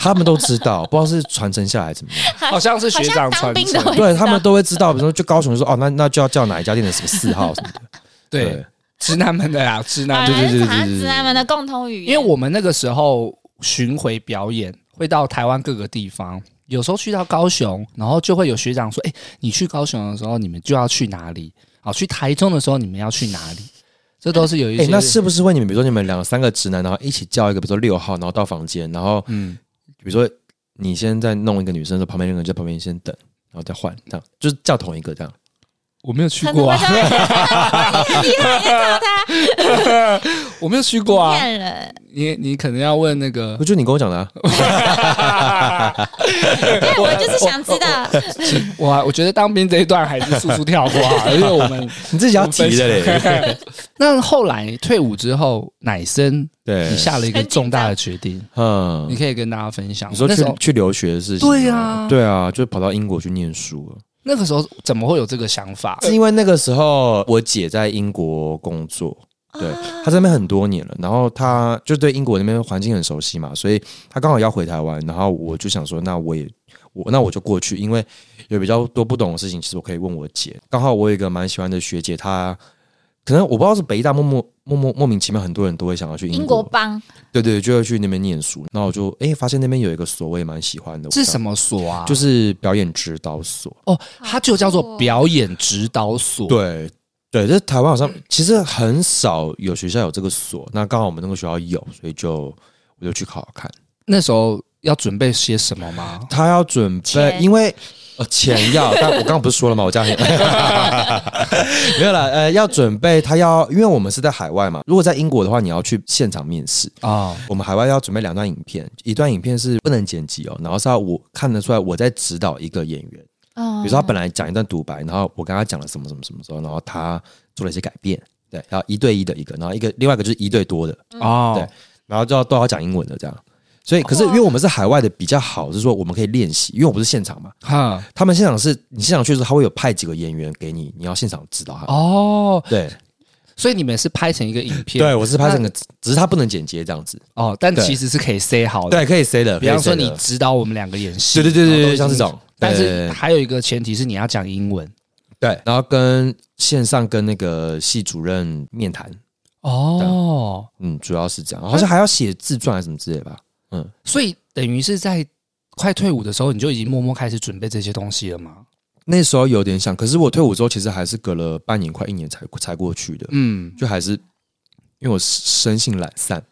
S1: 他们都知道，不知道是传承下来怎么样。
S2: 好像是学长
S3: 好像当
S2: 传
S3: 兵
S2: 承
S3: 的，会
S1: 对
S3: 知
S1: 他们
S3: 道
S1: 都会知道，比如说就高雄就说哦，那那就要叫哪一家店的什么四号什么的。
S2: 对，直男们的啦，直男
S3: 啊
S2: 们
S1: 对
S2: 的
S1: 对对对对
S3: 好像
S1: 对
S3: 直男们的共同语言。
S2: 因为我们那个时候巡回表演会到台湾各个地方，有时候去到高雄，然后就会有学长说：“哎、你去高雄的时候，你们就要去哪里？好，去台中的时候，你们要去哪里？”这都是有一
S1: 哎、
S2: 些，
S1: 那是不是会你们比如说你们两三个直男，然后一起叫一个，比如说六号，然后到房间，然后
S2: 嗯，
S1: 比如说你先在弄一个女生的时候，旁边那个人就在旁边先等，然后再换，这样就是叫同一个这样。
S2: 我没有去
S3: 很
S2: 过
S3: 多
S2: 啊，
S3: 人都会你很厉害，你找他
S2: [LAUGHS] 我没有去过啊，
S1: [LAUGHS]
S3: 骗人。
S2: 你你可能要问那 [LAUGHS] 个
S1: 我，就你跟我讲的、啊，
S3: 对，我就是想知道，
S2: 我我觉得当兵这一段还是速速跳过 [LAUGHS] 啊，因为我们
S1: 你自己要提
S2: [LAUGHS]
S1: 的嘞。
S2: 嘞。那后来退伍之后，乃生
S1: 对，
S2: 你下了一个
S3: 很紧
S2: 重大
S3: 张
S2: 的决定，
S1: [LAUGHS] 嗯
S2: 你，可以跟大家分享。
S1: 你说
S2: 那
S1: 去
S2: 时候
S1: 去留学的事情吗，
S2: 对啊
S1: 对啊，就跑到英国去念书了。
S2: 那个时候怎么会有这个想法？
S1: 是因为那个时候我姐在英国工作，
S3: 哦
S1: 对，她在那边很多年了，然后她就对英国那边环境很熟悉嘛，所以她刚好要回台湾，然后我就想说，那我也我那我就过去，因为有比较多不懂的事情，其实我可以问我姐。刚好我有一个蛮喜欢的学姐，她可能我不知道是北大默默默默莫名其妙，很多人都会想要去
S3: 英
S1: 英国，
S3: 国帮
S1: 对对，就会去那边念书。然后我就哎、发现那边有一个所谓蛮喜欢的，
S2: 是什
S1: 么？
S2: 么所啊？
S1: 就是是表演指导所。
S2: 哦，它就叫做表演指导所。，
S1: 对对，这台湾好像其实很少有学校有这个所，那刚好我们那个学校有，所以就我就去考考看。
S2: 那时候要准备些什么吗？
S1: 他要准备，
S3: 钱
S1: 因为呃钱要， [LAUGHS] 但我刚刚不是说了吗？我家里 [LAUGHS] 没有了，呃，要准备他要，因为我们是在海外嘛，如果在英国的话，你要去现场面试。
S2: 哦，
S1: 我们海外要准备两段影片，一段影片是不能剪辑哦，然后是要我看得出来我在指导一个演员，
S3: 嗯，
S1: 比如说他
S2: 哦
S1: 本来讲一段独白，然后我跟他讲了什么什么什么时候，然后他做了一些改变，对，然后一对一的一个，然后一个另外一个就是一对多的，
S2: 哦
S1: 对，然后就要都要讲英文的这样，所以可是因为我们是海外的比较好，就是说我们可以练习，因为我不是现场嘛。
S2: 哈
S1: 他们现场是你现场去的时候，他会有派几个演员给你，你要现场指导他。
S2: 哦，
S1: 对
S2: 所以你们是拍成一个影片，
S1: 对，我是拍整个，只是他不能剪接这样子。
S2: 哦，但
S1: 对
S2: 其实是可以塞好的。
S1: 对，可以 say 的。
S2: 比方
S1: 可以
S2: 说
S1: say
S2: 你
S1: 的
S2: 指导我们两个演戏，
S1: 对对对对哦对，
S2: 然后都
S1: 像这
S2: 是
S1: 种，
S2: 但
S1: 对对
S2: 是
S1: 对
S2: 还有一个前提是你要讲英文
S1: 对，然后跟线上跟那个系主任面谈，
S2: 哦，
S1: 嗯，主要是这样，好像还要写自传还是什么之类吧。
S2: 所以等于是在快退伍的时候，你就已经默默开始准备这些东西了嘛？
S1: 那时候有点想，可是我退伍之后，其实还是隔了半年快一年才才过去的，
S2: 嗯，
S1: 就还是因为我生性懒散，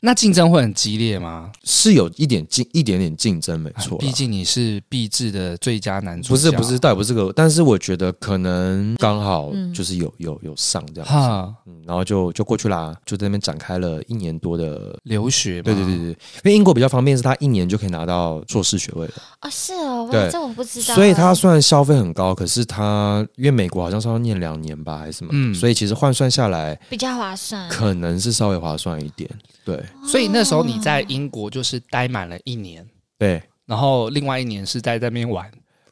S2: 那竞争会很激烈吗？
S1: 是有一点竞一点点竞争，没错啦。
S2: 毕竟你是毕制的最佳男主
S1: 不
S2: 角，
S1: 是不是，倒也不是个，但是我觉得可能刚好
S3: 嗯
S1: 就是有有有上这样子，
S2: 哈，
S1: 嗯，然后就就过去啦，就在那边展开了一年多的。
S2: 留学嘛，
S1: 对对对对，因为英国比较方便，是他一年就可以拿到硕士学位了。
S3: 哦，是哦，哇，
S1: 对
S3: 这我不知道欸。
S1: 所以它虽然消费很高，可是它因为美国好像是要念两年吧，还是什么的，
S2: 嗯
S1: 所以其实换算下来
S3: 比较划算，
S1: 可能是稍微划算一点。
S2: 嗯
S1: 对
S2: 所以那时候你在英国就是待满了一年，
S1: 对，
S2: 然后另外一年是在那边玩。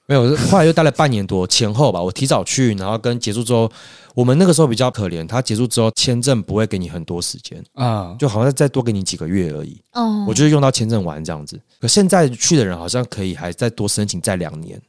S1: 没有，后来又待了半年多，前后吧，我提早去，然后跟结束之后，我们那个时候比较可怜，他结束之后签证不会给你很多时间，
S3: 嗯
S2: 啊、
S1: 就好像再多给你几个月而已。
S3: 哦，
S1: 我就是用到签证完这样子，可现在去的人好像可以还再多申请再两年，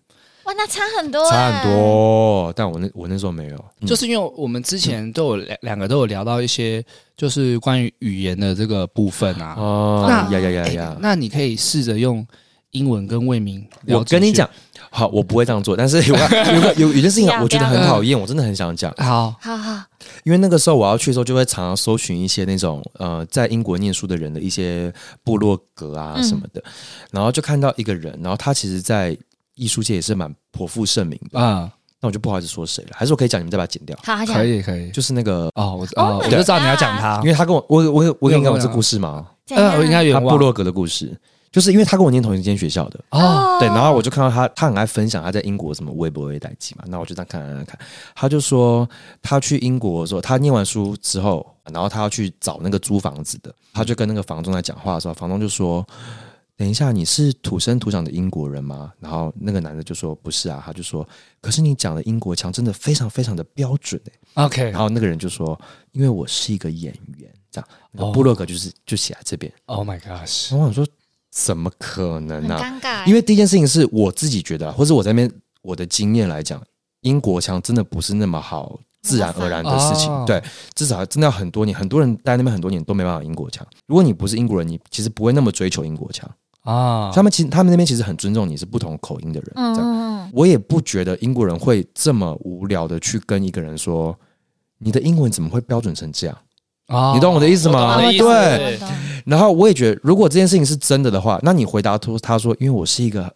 S3: 哇，那差很多，
S1: 差很。多。但我那我那时候没有，嗯
S2: 就是因为我们之前都有两两个都有聊到一些，就是关于语言的这个部分啊。
S1: 哦，
S2: 那
S1: 呀呀呀
S2: 哎
S1: 呀！
S2: 那你可以试着用英文跟魏明聊
S1: 我
S2: 几句
S1: 跟你讲，，好，我不会这样做，但是 [LAUGHS] 有个有个有有件事情
S3: 不要嗯
S1: 我觉得
S3: 不
S2: 要
S1: 很讨厌，我真的很想讲，
S2: 好，
S3: 好好，
S1: 因为那个时候我要去的时候，就会常常搜寻一些那种呃在英国念书的人的一些部落格啊
S3: 嗯
S1: 什么的，然后就看到一个人，然后他其实，在艺术界也是蛮颇负盛名的，
S2: 啊、
S1: 那我就不好意思说谁了，还是我可以讲，你们再把它剪掉，
S3: 好好讲
S2: 可。以可以，
S1: 就是那个，
S2: 哦，我
S3: 哦
S2: 哦，我就知道你要讲他
S1: 因，为他跟我我我我跟你
S2: 啊
S1: 讲我
S2: 没有没
S1: 这
S2: 有
S1: 故事嘛，
S3: 怎样啊
S2: 我应该有
S1: 他
S2: 点
S1: 部
S2: 忘了
S1: 落格的故事，就是因为他跟我念同一间学校的，
S2: 哦，
S1: 对，然后我就看到他，他很爱分享他在英国什么微博微代记嘛，那我就这样看看看看，他就说他去英国的时候，他念完书之后，然后他要去找那个租房子的，他就跟那个房东在讲话的时候，房东就说：“等一下，你是土生土长的英国人吗？”然后那个男的就说：“不是啊。”他就说：“可是你讲的英国腔真的非常非常的标准、欸、
S2: ，OK，
S1: 然后那个人就说：“因为我是一个演员。”这样，那
S2: 哦
S1: 个部落格就是、就写在这边。
S2: ，Oh my gosh，
S1: 然后我想说，怎么可能啊
S3: 很
S1: 呢、
S3: 尴尬欸，
S1: 因为第一件事情是我自己觉得啊，或者我在那边我的经验来讲，英国腔真的不是那么好自然而然的事情。
S2: 哦
S1: 对，至少真的要很多年，很多人待那边很多年都没办法有英国腔。如果你不是英国人，你其实不会那么追求英国腔。
S2: 啊，
S1: 他们其实他们那边其实很尊重你是不同口音的人。
S3: 嗯
S1: 这样，
S3: 嗯嗯，
S1: 我也不觉得英国人会这么无聊的去跟一个人说。你的英文怎么会标准成这样？
S2: 哦
S1: 你懂我的意思吗
S2: 我懂你的意思
S1: 啊对
S3: 我懂我
S1: 然后我也觉得，如果这件事情是真的的话，那你回答他他说，因为我是一个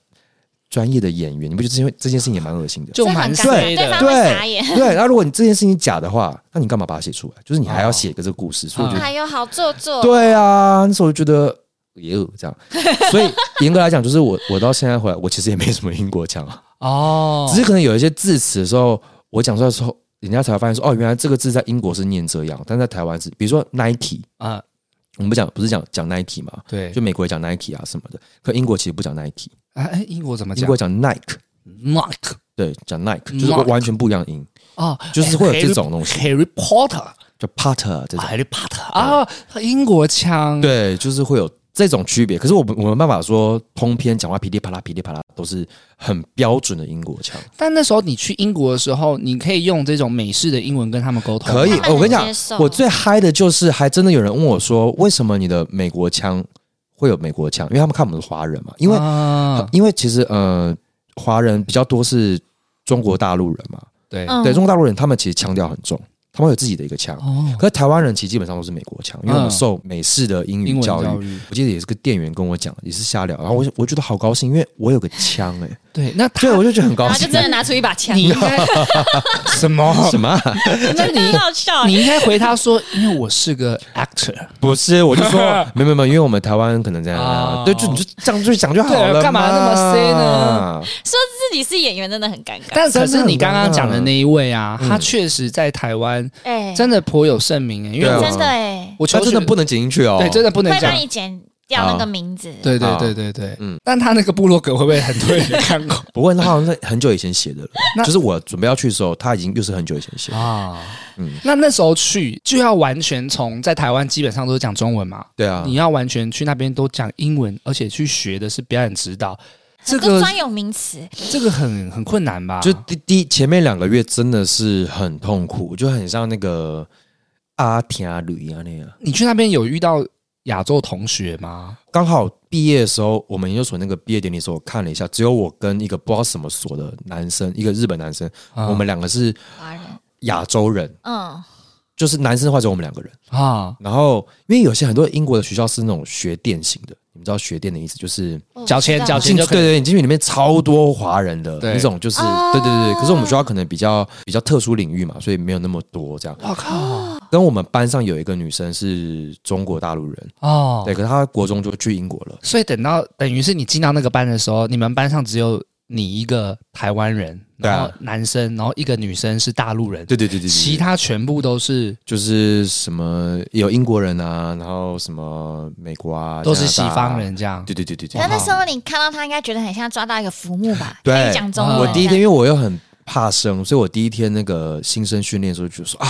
S1: 专业的演员，你不觉得这件这件事情也蛮恶
S2: [LAUGHS]
S1: 心的？
S2: 就
S3: 这很
S2: 蛮
S3: 尴尬
S2: 衰
S3: 对
S2: 的
S3: 方，
S1: 对
S3: 会傻眼，
S1: 对，那如果你这件事情假的话，那你干嘛把它写出来？就是你还要写一个这个故事，
S3: [LAUGHS]
S1: 所以我觉得，
S3: 还有好做作，
S1: 对啊，那时候我就觉得也有这样，所以严格来讲，就是我我到现在回来，我其实也没什么英国腔啊，
S2: 哦，
S1: 只是可能有一些字词的时候，我讲出来的时候，人家才会发现说，哦，原来这个字在英国是念这样，但在台湾是，比如说 Nike，
S2: 啊，
S1: 我们不讲不是讲讲 Nike 嘛，
S2: 对，
S1: 就美国也讲 Nike 啊什么的，可英国其实不讲 Nike，
S2: 哎哎，英国怎么
S1: 英
S2: 讲
S1: 国讲 Nike，
S2: ？Mark
S1: 对，讲
S3: 嗯
S1: Nike 就是
S2: Nike
S1: 完全不一样的音，
S2: 啊，
S1: 就是会有这种东西，
S2: Harry Potter。
S1: 叫 Potter 这种。
S3: 哎
S2: 海利帕特啊，英国腔，
S1: 对，就是会有这种区别。可是我不我没办法说通篇讲话噼里啪啦噼里啪啦都是很标准的英国腔，
S2: 但那时候你去英国的时候，你可以用这种美式的英文跟他们沟通吗。
S1: 可以。哦
S3: 他们
S1: 我跟你
S3: 能接
S1: 讲
S3: 受，
S1: 我最嗨的就是还真的有人问我说，为什么你的美国腔会有美国腔？因为他们看我们是华人嘛，因为、
S2: 啊，
S1: 因为其实呃，华人比较多是中国大陆人嘛，
S2: 对
S3: 嗯
S1: 对，中国大陆人他们其实腔调很重，他们会有自己的一个腔。
S2: 哦，
S1: 可是台湾人其实基本上都是美国腔，因为我们
S2: 嗯
S1: 受美式的英
S2: 英
S1: 语
S2: 文
S1: 教育，
S2: 教育
S1: 我记得也是个店员跟我讲，也是瞎聊，然后我我觉得好高兴，因为我有个枪
S2: [LAUGHS]
S1: 哎、
S2: 对，那他
S1: 对，我就觉得很高
S3: 然后
S2: 啊
S3: 就
S1: 兴。
S3: 真的拿出一把枪，
S2: 你应该 [LAUGHS] 什么？
S1: [LAUGHS] 什么啊、
S2: 那你
S3: 很好笑
S2: 你应该回他说，因为我是个 actor。
S1: 不是，我就说
S2: [LAUGHS]
S1: 没有没有没有，因为我们台湾可能这样，啊
S2: 哦
S1: 对，就你就这样就讲就好了嘛，
S2: 对干嘛那么 say 呢
S3: 自己是演员真的很尴尬。
S2: 但可是你刚刚讲的那一位啊，
S1: 嗯
S2: 他确实在台湾
S3: 哎，
S2: 真的颇有盛名诶，因为
S1: 对啊
S2: 我
S3: 真的哎，
S2: 我
S1: 他
S2: 求
S1: 真的不能剪进去哦，
S2: 对，真的不能
S3: 会
S2: 讲
S3: 帮。你剪掉那个名字。
S2: 对对
S1: 啊
S2: 对对对，
S1: 嗯
S2: 嗯，但他那个部落格会不会很多人看
S1: [LAUGHS]
S2: 过
S1: 不过那好像是很久以前写的了，
S2: 那
S1: 就是我准备要去的时候，他已经又是很久以前写的。
S2: 啊？
S1: 嗯
S2: 那那时候去就要完全从在台湾基本上都是讲中文嘛，
S1: 对啊
S2: 你，要完全去那边都讲英文，而且去学的是表演指导，这
S3: 很多
S2: 个
S3: 专有名词，
S2: 这个很很困难吧？
S1: 就第第前面两个月真的是很痛苦，就很像那个阿田阿吕啊那样。
S2: 你去那边有遇到亚洲同学吗？
S1: 刚好毕业的时候，我们研究所那个毕业典礼的时候，我看了一下，只有我跟一个不知道什么所的男生，一个日本男生，
S2: 啊
S1: 我们两个是
S3: 华人，
S1: 亚洲人，
S3: 嗯，
S1: 就是男生的话只有我们两个人。
S2: 啊，
S1: 然后，因为有些很多英国的学校是那种学电型的，你们知道学电的意思就是
S3: 我
S2: 交钱
S3: 知道
S2: 交钱
S1: 进
S2: 就
S1: 对
S2: 可以
S1: 对，你进去里面超多华人的
S2: 对
S1: 那种，就是
S3: 哦
S1: 对对对。可是我们学校可能比较比较特殊领域嘛，所以没有那么多这样。
S2: 我啊靠，
S3: 哦
S1: 跟我们班上有一个女生是中国大陆人，
S2: 哦，
S1: 对，可是她国中就去英国了。
S2: 所以等到等于是你进到那个班的时候，你们班上只有你一个台湾人，
S1: 对啊
S2: 然后男生，然后一个女生是大陆人，
S1: 对啊对对对对，对
S2: 其他全部都是
S1: 就是什么有英国人啊，然后什么美国啊，
S2: 都是西
S1: 加拿大啊
S2: 方。人这哦样。
S1: 对对对对对
S3: 那。那时候你看到他，应该觉得很像抓到一个浮木吧？
S1: 对啊
S3: 可以讲
S2: 哦
S3: 中文。
S1: 我第一天因为我又很怕生，所以我第一天那个新生训练的时候就说啊，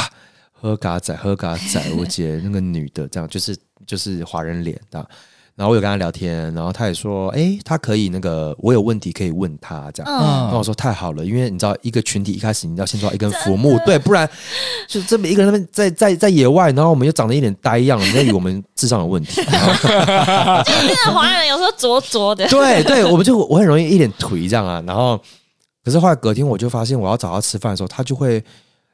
S1: 喝嘎仔，喝嘎仔，我姐那个女的这样，就是就是华人脸这样。然后我有跟她聊天，然后她也说，哎，她可以那个，我有问题可以问她这样。
S3: 嗯，
S1: 然后我说太好了，因为你知道一个群体一开始你要先抓一根浮木，对，不然就这么一个人在那边在在在野外，然后我们又长得一脸呆样，人家以为我们智商有问题。
S3: 就是那个华人有时候灼灼的，
S1: 对对，我们就我很容易一脸颓这样啊。然后，可是后来隔天我就发现我要找他吃饭的时候，他就会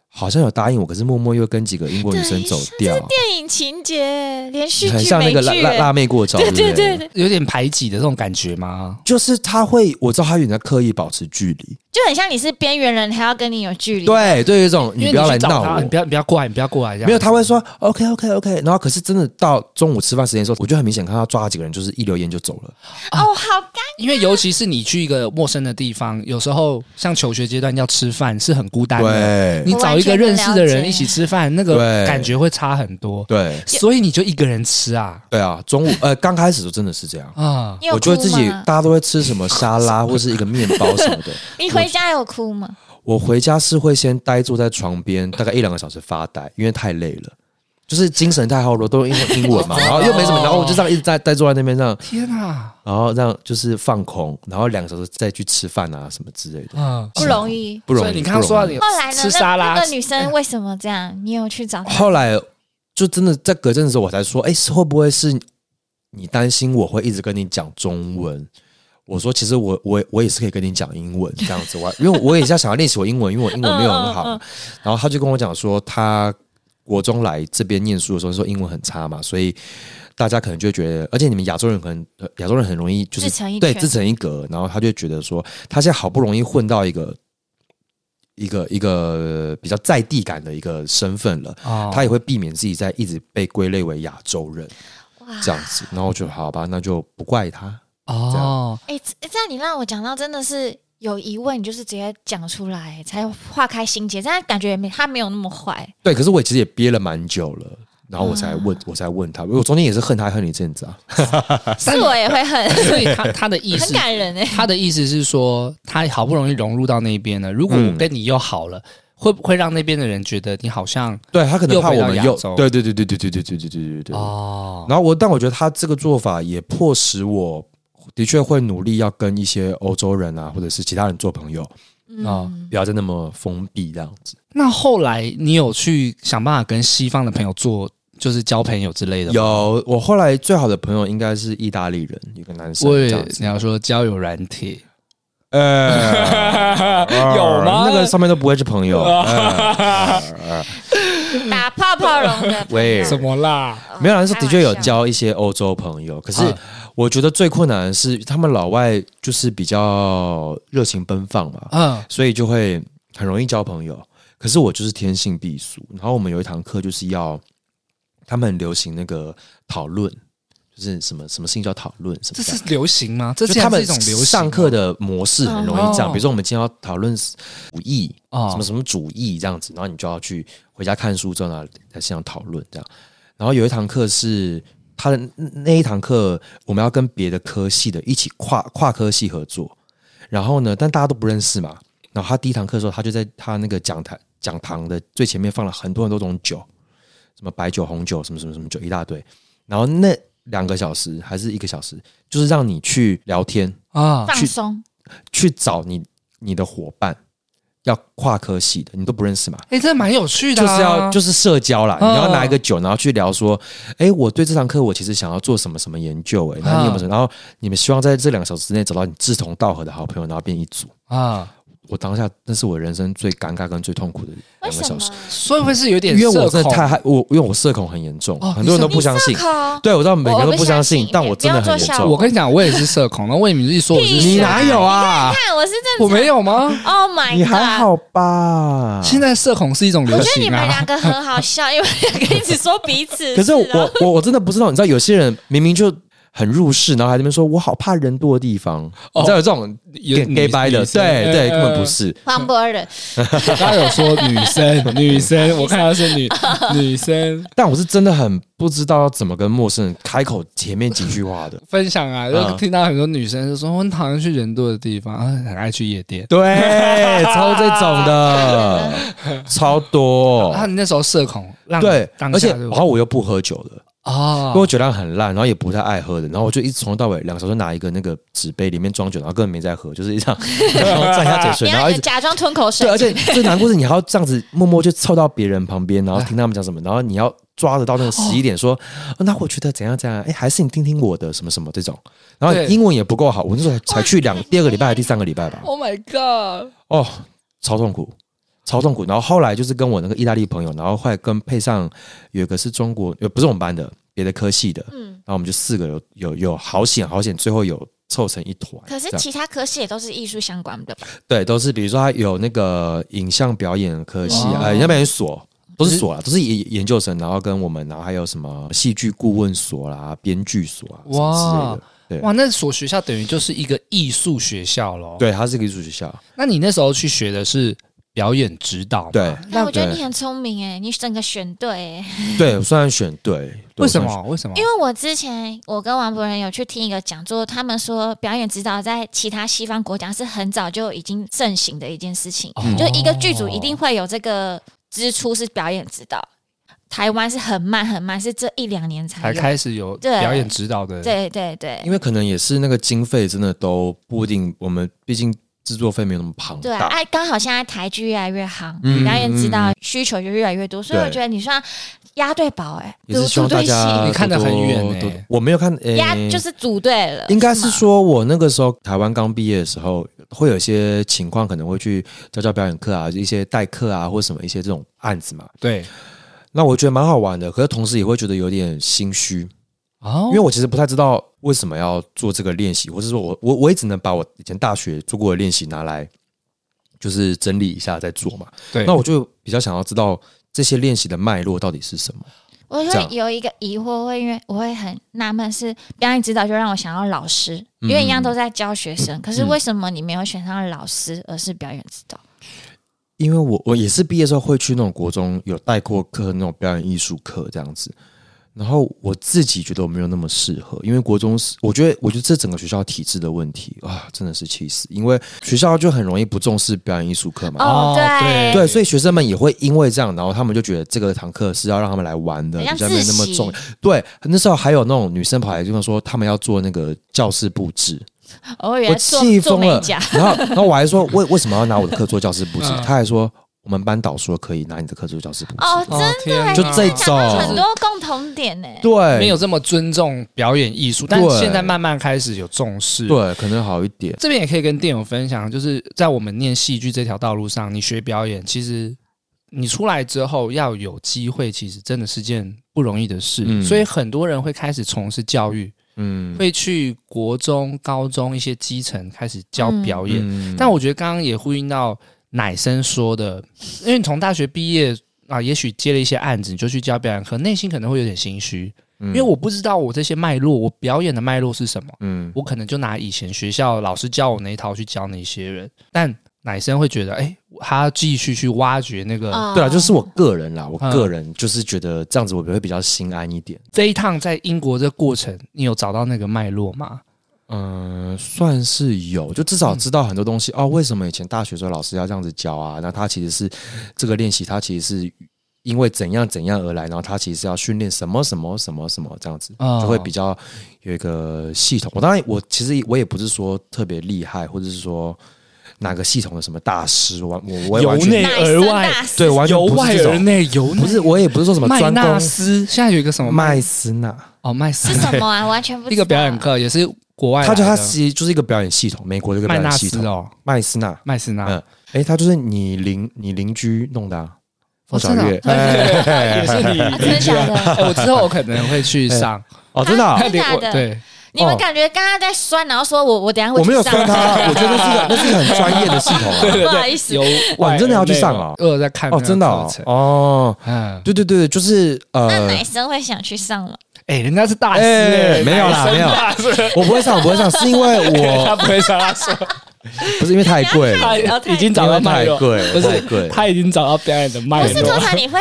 S1: 好像有答应我，可是默默又跟几个英国女生走掉，
S3: 电影情节连续
S1: 很
S3: 剧
S1: 像那
S3: 美
S1: 个辣
S3: 剧
S1: 辣
S3: 欸，
S1: 辣妹过招，
S3: 对
S1: 对
S3: 对
S1: 不
S3: 对。对，
S2: 有点排挤的这种感觉吗？
S1: 就是他会，我知道他有点在刻意保持距离，
S3: 就很像你是边缘人，还要跟你有距离。
S1: 对，对，有一种
S2: 因
S1: 你
S2: 为
S1: 不要来
S2: 去找
S1: 闹
S2: 他
S1: 我
S2: 你，不要你不要过来，你不要过来这样。
S1: 没有，他会说 OK OK OK，然后可是真的到中午吃饭时间的时候，我就很明显看到他抓了几个人，就是一溜烟就走了。
S3: 哦，好尴
S2: 因为尤其是你去一个陌生的地方，有时候像求学阶段要吃饭是很孤单的。
S1: 对
S2: 你找一个认识的人一起吃饭，那个
S1: 对
S2: 感觉会差很多。
S1: 对
S2: 所以你就一个人吃啊
S1: 对啊，中午呃刚开始就真的是这样，
S2: 啊！
S3: 你有
S1: 我觉得
S3: 哭
S1: 自己
S3: 吗
S1: 大家都会吃什么沙拉或是一个面包什么
S2: [LAUGHS]
S1: 的，
S3: 你回家有哭吗？
S1: 我回家是会先呆坐在床边大概一两个小时发呆，因为太累了。就是精神太耗弱，都用英文英
S2: [LAUGHS]
S1: 文嘛，
S2: 哦
S1: 然后又没什么，然后我就这样一直在呆坐在那边这样，
S2: 天啊，
S1: 然后这样就是放空，然后两个小时再去吃饭啊什么之类的，
S2: 嗯，
S3: 不容易。
S1: 不容
S2: 所
S1: 易。
S2: 以你
S1: 不
S2: 刚刚说
S1: 容
S2: 到
S1: 易
S2: 你
S3: 后来呢？
S2: 吃
S3: 那
S2: 沙拉
S3: 那个女生为什么这样？你有去找她？
S1: 后来就真的在隔阵的时候，我才说，哎、是会不会是你担心我会一直跟你讲中文？我说，其实我我我也是可以跟你讲英文这样子，我因为我也是要想要练习我英文，因为我英文没有很好。
S3: 嗯嗯
S1: 然后他就跟我讲说，他国中来这边念书的时候说英文很差嘛，所以大家可能就会觉得，而且你们亚洲人可能呃亚洲人很容易就是
S3: 自成一
S1: 对
S3: 圈
S1: 自成一格，然后他就觉得说，他现在好不容易混到一个一个一个比较在地感的一个身份了，
S2: 哦
S1: 他也会避免自己在一直被归类为亚洲人
S3: 哇
S1: 这样子。然后我就好吧，那就不怪他。
S2: 哦，
S3: 哎、这这样你让我讲到真的是有疑问，你就是直接讲出来，才化开心结。这样感觉也没他没有那么坏，
S1: 对，可是我其实也憋了蛮久了，然后我才
S2: 啊
S1: 问，我才问他，我中间也是恨他恨了一阵子啊。
S2: 但
S3: 是我也会很
S2: 所以他他的意
S3: 很
S2: 思，
S3: 感人哎、
S2: 他的意思是说，他好不容易融入到那边了，如果我
S1: 嗯
S2: 跟你又好了，会不会让那边的人觉得你好像
S1: 对他可能怕我们又
S2: 又回到亚洲
S1: 对对对对对对对对对对对对。
S2: 哦
S1: 然后我，但我觉得他这个做法也迫使我的确会努力要跟一些欧洲人啊，或者是其他人做朋友，
S3: 嗯
S2: 哦？
S1: 不要再那么封闭这样子。
S2: 那后来你有去想办法跟西方的朋友做，就是交朋友之类的吗？
S1: 有，我后来最好的朋友应该是意大利人，一个男生
S2: 我
S1: 这
S2: 也
S1: 样子 [LAUGHS]
S2: 你。要说交友软体，
S1: 呃，
S2: 有吗
S1: 那个上面都不会是朋
S2: [LAUGHS]
S1: 友。哎
S3: 打泡泡龙的朋
S1: 喂
S3: 友，
S1: 什
S2: 么啦？
S3: 哦
S1: 没有啦，是的确有。
S3: 开玩笑
S1: 交一些欧洲朋友，可是
S2: 啊
S1: 我觉得最困难的是他们老外就是比较热情奔放嘛，
S2: 嗯，
S1: 所以就会很容易交朋友。可是我就是天性避俗，然后我们有一堂课就是要他们很流行那个讨论，就是什么什么事情叫讨论什么
S2: 这
S1: 的。
S2: 是流行吗？这
S1: 就是他们
S2: 一种流行
S1: 上课的模式很容易这样，
S2: 哦
S1: 比如说我们今天要讨论武艺，
S2: 哦
S1: 什么什么主义这样子，然后你就要去回家看书之后呢，在现场讨论这样。然后有一堂课是他的那一堂课，我们要跟别的科系的一起跨跨科系合作。然后呢，但大家都不认识嘛。然后他第一堂课的时候，他就在他那个讲台讲堂的最前面放了很多很多种酒，什么白酒、红酒，什么什么什么酒，一大堆。然后那两个小时还是一个小时，就是让你去聊天，
S2: 啊，
S3: 放
S1: 去
S3: 松，
S1: 去找你你的伙伴，要跨科系的，你都不认识嘛。
S2: 哎、这蛮有趣的、
S1: 就
S2: 啊，
S1: 是要就是社交啦，你
S2: 嗯
S1: 要拿一个酒，然后去聊说，哎，我对这堂课我其实想要做什么什么研究，哎，那你有没有什么？然后你们希望在这两个小时之内找到你志同道合的好朋友，然后变一组。
S2: 啊，
S1: 我当下那是我人生最尴尬跟最痛苦的
S3: 为
S1: 两个
S3: 什
S1: 小
S3: 么
S1: 时，？
S2: 所以会是有点
S1: 因为我
S2: 社
S1: 真的
S2: 恐
S1: 太害我，因为我社恐很严重，
S2: 哦
S1: 很多人都
S2: 你
S1: 不相信。
S3: 靠，
S1: 对，我知道每个人都
S3: 我不
S1: 相
S3: 相
S1: 信
S3: 信，
S1: 但
S3: 也
S1: 我
S3: 不
S1: 真
S3: 要
S1: 的很
S3: 做
S1: 严
S3: 效
S1: 重。
S2: 啊我跟你讲，我也是社恐，然后魏敏自己说我是
S3: 屁
S1: 你
S2: 社
S1: 哪有啊？
S3: 看我是正常，
S2: 我没有吗？
S3: ，Oh my God，
S1: 你还好吧？
S2: 现在社恐是一种流
S3: 我觉得你
S2: 行
S3: 们两
S2: 啊，
S3: 个很好笑，因为两个一直说彼此。
S1: 可是
S3: 然后
S1: 我我我真的不知道，你知道有些人明明就很入世，然后还在那边说我好怕人多的地方，你
S2: 哦
S1: 知道有这种
S2: 有
S1: gay
S2: 女
S1: gay 掰的，
S2: 女生
S1: 对对，
S2: 嗯
S1: 根本不是。
S3: 黄渤人，
S2: 刚刚有说女生，女生，我看
S1: [LAUGHS]
S2: 到是女女生。
S1: 但我是真的很不知道要怎么跟陌生人开口前面几句话的
S2: [LAUGHS] 分享啊，就
S1: 嗯
S2: 听到很多女生就说我很讨厌去人多的地方，啊很爱去夜店。
S1: 对，超这种
S2: [LAUGHS]
S1: 的，超多。
S2: 啊，你那时候社恐，让
S1: 对，
S2: 当
S1: 而
S2: 下
S1: 且
S2: 就
S1: 然后我又不喝酒的，
S2: 啊
S1: 因为我酒量很烂，然后也不太爱喝的，然后我就一直从头到尾两个小时拿一个那个纸杯里面装酒，然后根本没在喝，就是
S2: [LAUGHS]
S1: 一张然后蘸一下嘴
S3: [LAUGHS] 你
S1: 唇，然
S3: 要
S1: 后一
S3: 有
S1: 直
S3: 假装吞口水
S1: 对，，而
S3: [LAUGHS]
S1: 且最难过是你还要这样子默默就凑到别人旁边，然后听他们讲什么，然后你要抓得到那个十一点说、哦那我觉得怎样怎样，哎，还是你听听我的什么什么这种，然后
S2: 对
S1: 英文也不够好，我那时候才去两第二个礼拜还是第三个礼拜吧，
S2: ，Oh my God，
S1: 哦，超痛苦。超痛苦，然后后来就是跟我那个意大利朋友，然后后来跟配上有一个是中国，呃，不是我们班的，别的科系的，
S3: 嗯。
S1: 然后我们就四个有有有好险好险，最后有凑成一团。
S3: 可是
S1: 这样
S3: 其他科系也都是艺术相关的吧，
S1: 对，都是比如说他有那个影像表演科系，
S2: 哦
S1: 呃，影像表演所都是所啦，都是研研究生，然后跟我们，然后还有什么戏剧顾问所啦、编剧所啊什么之类
S2: 哇
S1: 的。对
S2: 哇，那所学校等于就是一个艺术学校咯。，
S1: 对，它是一个艺术学校，
S2: 那你那时候去学的是表演指导嘛，
S1: 对
S3: 那我觉得
S1: 对
S3: 你很聪明哎，你整个选对哎，
S1: 对我虽然选对，对
S2: 为
S1: 我虽
S2: 什？
S1: 然选
S2: 么？为什么？
S3: 因为我之前我跟王博仁有去听一个讲座，他们说表演指导在其他西方国家是很早就已经盛行的一件事情，
S2: 哦
S3: 就一个剧组一定会有这个支出是表演指导，台湾是很慢很慢，是这一两年才
S2: 才
S3: 有。
S2: 开始有
S3: 对
S2: 表演指导的，
S3: 对对对
S1: 因为可能也是那个经费真的都不一定，我们毕竟制作费没有那么庞
S3: 对啊，
S1: 大。
S3: 哎，刚好现在台剧越来越行，
S1: 嗯
S3: 表演指
S1: 嗯
S3: 导需求就越来越多，所以
S1: 对
S3: 我觉得你算押对宝哎，
S1: 也是希
S3: 组
S1: 望大
S3: 队
S1: 家
S2: 你看得很远欸
S1: 多多我没有看，诶
S3: 押就是组队了，
S1: 应该是
S3: 呃吗
S1: 说，我那个时候台湾刚毕业的时候，会有一些情况，可能会去教教表演课啊，一些代课啊，或什么一些这种案子嘛。
S2: 对，
S1: 那我觉得蛮好玩的，可是同时也会觉得有点心虚，
S2: 哦，
S1: 因为我其实不太知道为什么要做这个练习，或是说我我我也只能把我以前大学做过的练习拿来，就是整理一下再做嘛。
S2: 对，
S1: 那我就比较想要知道这些练习的脉络到底是什么。
S3: 我
S1: 这
S3: 会
S1: 样
S3: 有一个疑惑，会因为我会很纳闷，是表演指导就让我想要老师，
S1: 嗯
S3: 因为一样都在教学生，可是为什么你没有选上老师，而是表演指导？
S1: 因为我我也是毕业之后会去那种国中有带过课那种表演艺术课这样子，然后我自己觉得我没有那么适合，因为国中是我觉得我觉得这整个学校体制的问题啊，真的是气死，因为学校就很容易不重视表演艺术课嘛。
S3: 哦对
S1: 对，所以学生们也会因为这样，然后他们就觉得这个堂课是要让他们来玩的，
S3: 很
S1: 比
S3: 像
S1: 较没有那么
S3: 自习
S1: 重。对，那时候还有那种女生跑来就跟我说，他们要做那个教室布置，
S3: 我以
S1: 我
S3: 为做
S1: 气
S3: 做
S1: 疯
S3: 美
S1: 了
S3: 甲，。
S1: 然后，然后我还
S3: [LAUGHS]
S1: 说，为为什么要拿我的课做教室布置？
S2: 嗯
S1: 他还说，我们班导说可以拿你的课做教室布置。
S3: 哦，
S2: 哦
S3: 真的
S2: 天
S3: 欸，
S1: 就这
S3: 你讲到
S1: 种
S3: 很多共同点呢。
S1: 对，
S2: 没有这么尊重表演艺术，但
S1: 对
S2: 现在慢慢开始有重视。，
S1: 对，可能好一点。
S2: 这边也可以跟店友分享，就是在我们念戏剧这条道路上，你学表演，其实你出来之后要有机会，其实真的是件不容易的事。
S1: 嗯
S2: 所以很多人会开始从事教育，
S1: 嗯，
S2: 会去国中、高中一些基层开始教
S3: 嗯
S2: 表演。
S1: 嗯
S2: 但我觉得刚刚也呼应到奶生说的，因为你从大学毕业啊，也许接了一些案子，你就去教表演课，内心可能会有点心虚，
S1: 嗯
S2: 因为我不知道我这些脉络，我表演的脉络是什么，
S1: 嗯
S2: 我可能就拿以前学校老师教我那一套去教那些人，但奶生会觉得，哎、他要继续去挖掘那个、
S3: 啊
S1: 对啊，就是我个人啦，我
S2: 嗯
S1: 个人就是觉得这样子我会比较心安一点。
S2: 这一趟在英国这过程，你有找到那个脉络吗？
S1: 嗯，算是有，就至
S2: 嗯
S1: 少知道很多东西、哦。为什么以前大学的时候老师要这样子教啊？那他其实是这个练习，他其实是因为怎样怎样而来，然后他其实是要训练什么什么什么什么这样子，
S2: 哦
S1: 就会比较有一个系统。我当然，我其实我也不是说特别厉害，或者是说哪个系统的什么大师，我我我也
S2: 由
S1: 完全
S2: 内
S3: 奶
S2: 而
S3: 生
S2: 外
S3: 大师
S1: 对完全
S2: 由
S1: 不
S2: 外
S1: 是这
S2: 而
S1: 种，
S2: 内，由内
S1: 不是我也不是说什么
S2: 麦
S1: 专
S2: 纳
S1: 攻
S2: 斯，现在有一个什么
S1: 麦斯纳。
S2: 哦麦斯
S3: 是什么啊？完全
S1: [LAUGHS]
S3: 不知道
S2: 一个表演课，也是国外来
S1: 他
S2: 的，
S1: 就他其实就是一个表演系统，美国的一个表
S2: 麦纳
S1: 演系
S2: 斯
S1: 统，
S2: 哦，
S1: 麦斯纳。
S2: 麦斯纳，
S1: 嗯哎，他就是你邻你邻居弄的啊，
S2: 哦
S1: 冯
S2: 真
S1: 小哎
S2: 的
S1: 月
S2: 哦，也是你
S3: 啊，真的假
S1: [LAUGHS]
S3: 的？
S2: 哎，我之后我可能会去上，
S1: 哎哦，真的啊，
S3: 真的假的
S2: 对，
S3: 你们感觉刚刚在酸，然后说我我等一下会
S1: 我没有
S3: 去上
S1: 酸他，我觉得
S3: [LAUGHS]
S1: 那是一个那呃是一个很专业的系统啊。
S3: 不好意思
S2: 有
S1: 哇你真的要去上哦
S2: 我有在看
S1: 哦，真的
S2: 哦
S1: 哦，，哦，
S2: 嗯，
S1: 对对对，就是
S3: 那
S1: 呃
S3: 奶，生会想去上吗？
S2: 哎，人家是大师，
S1: 哎
S2: 哎
S1: 没有啦没有
S2: 大师
S1: 我不会上，我不会上，是因
S2: [LAUGHS]
S1: 为
S2: 他
S1: 我
S2: 不会想他说，
S1: 不是因为太贵了，
S2: 他
S3: 不要太
S2: 已经找
S1: 因
S2: 到
S1: 为
S2: 脉
S1: 太
S2: 络，
S1: 贵，
S2: 不
S1: 太
S2: 是
S1: 贵。
S2: 他已经找到表演的脉
S3: 不是，
S2: 络
S3: 通。常你会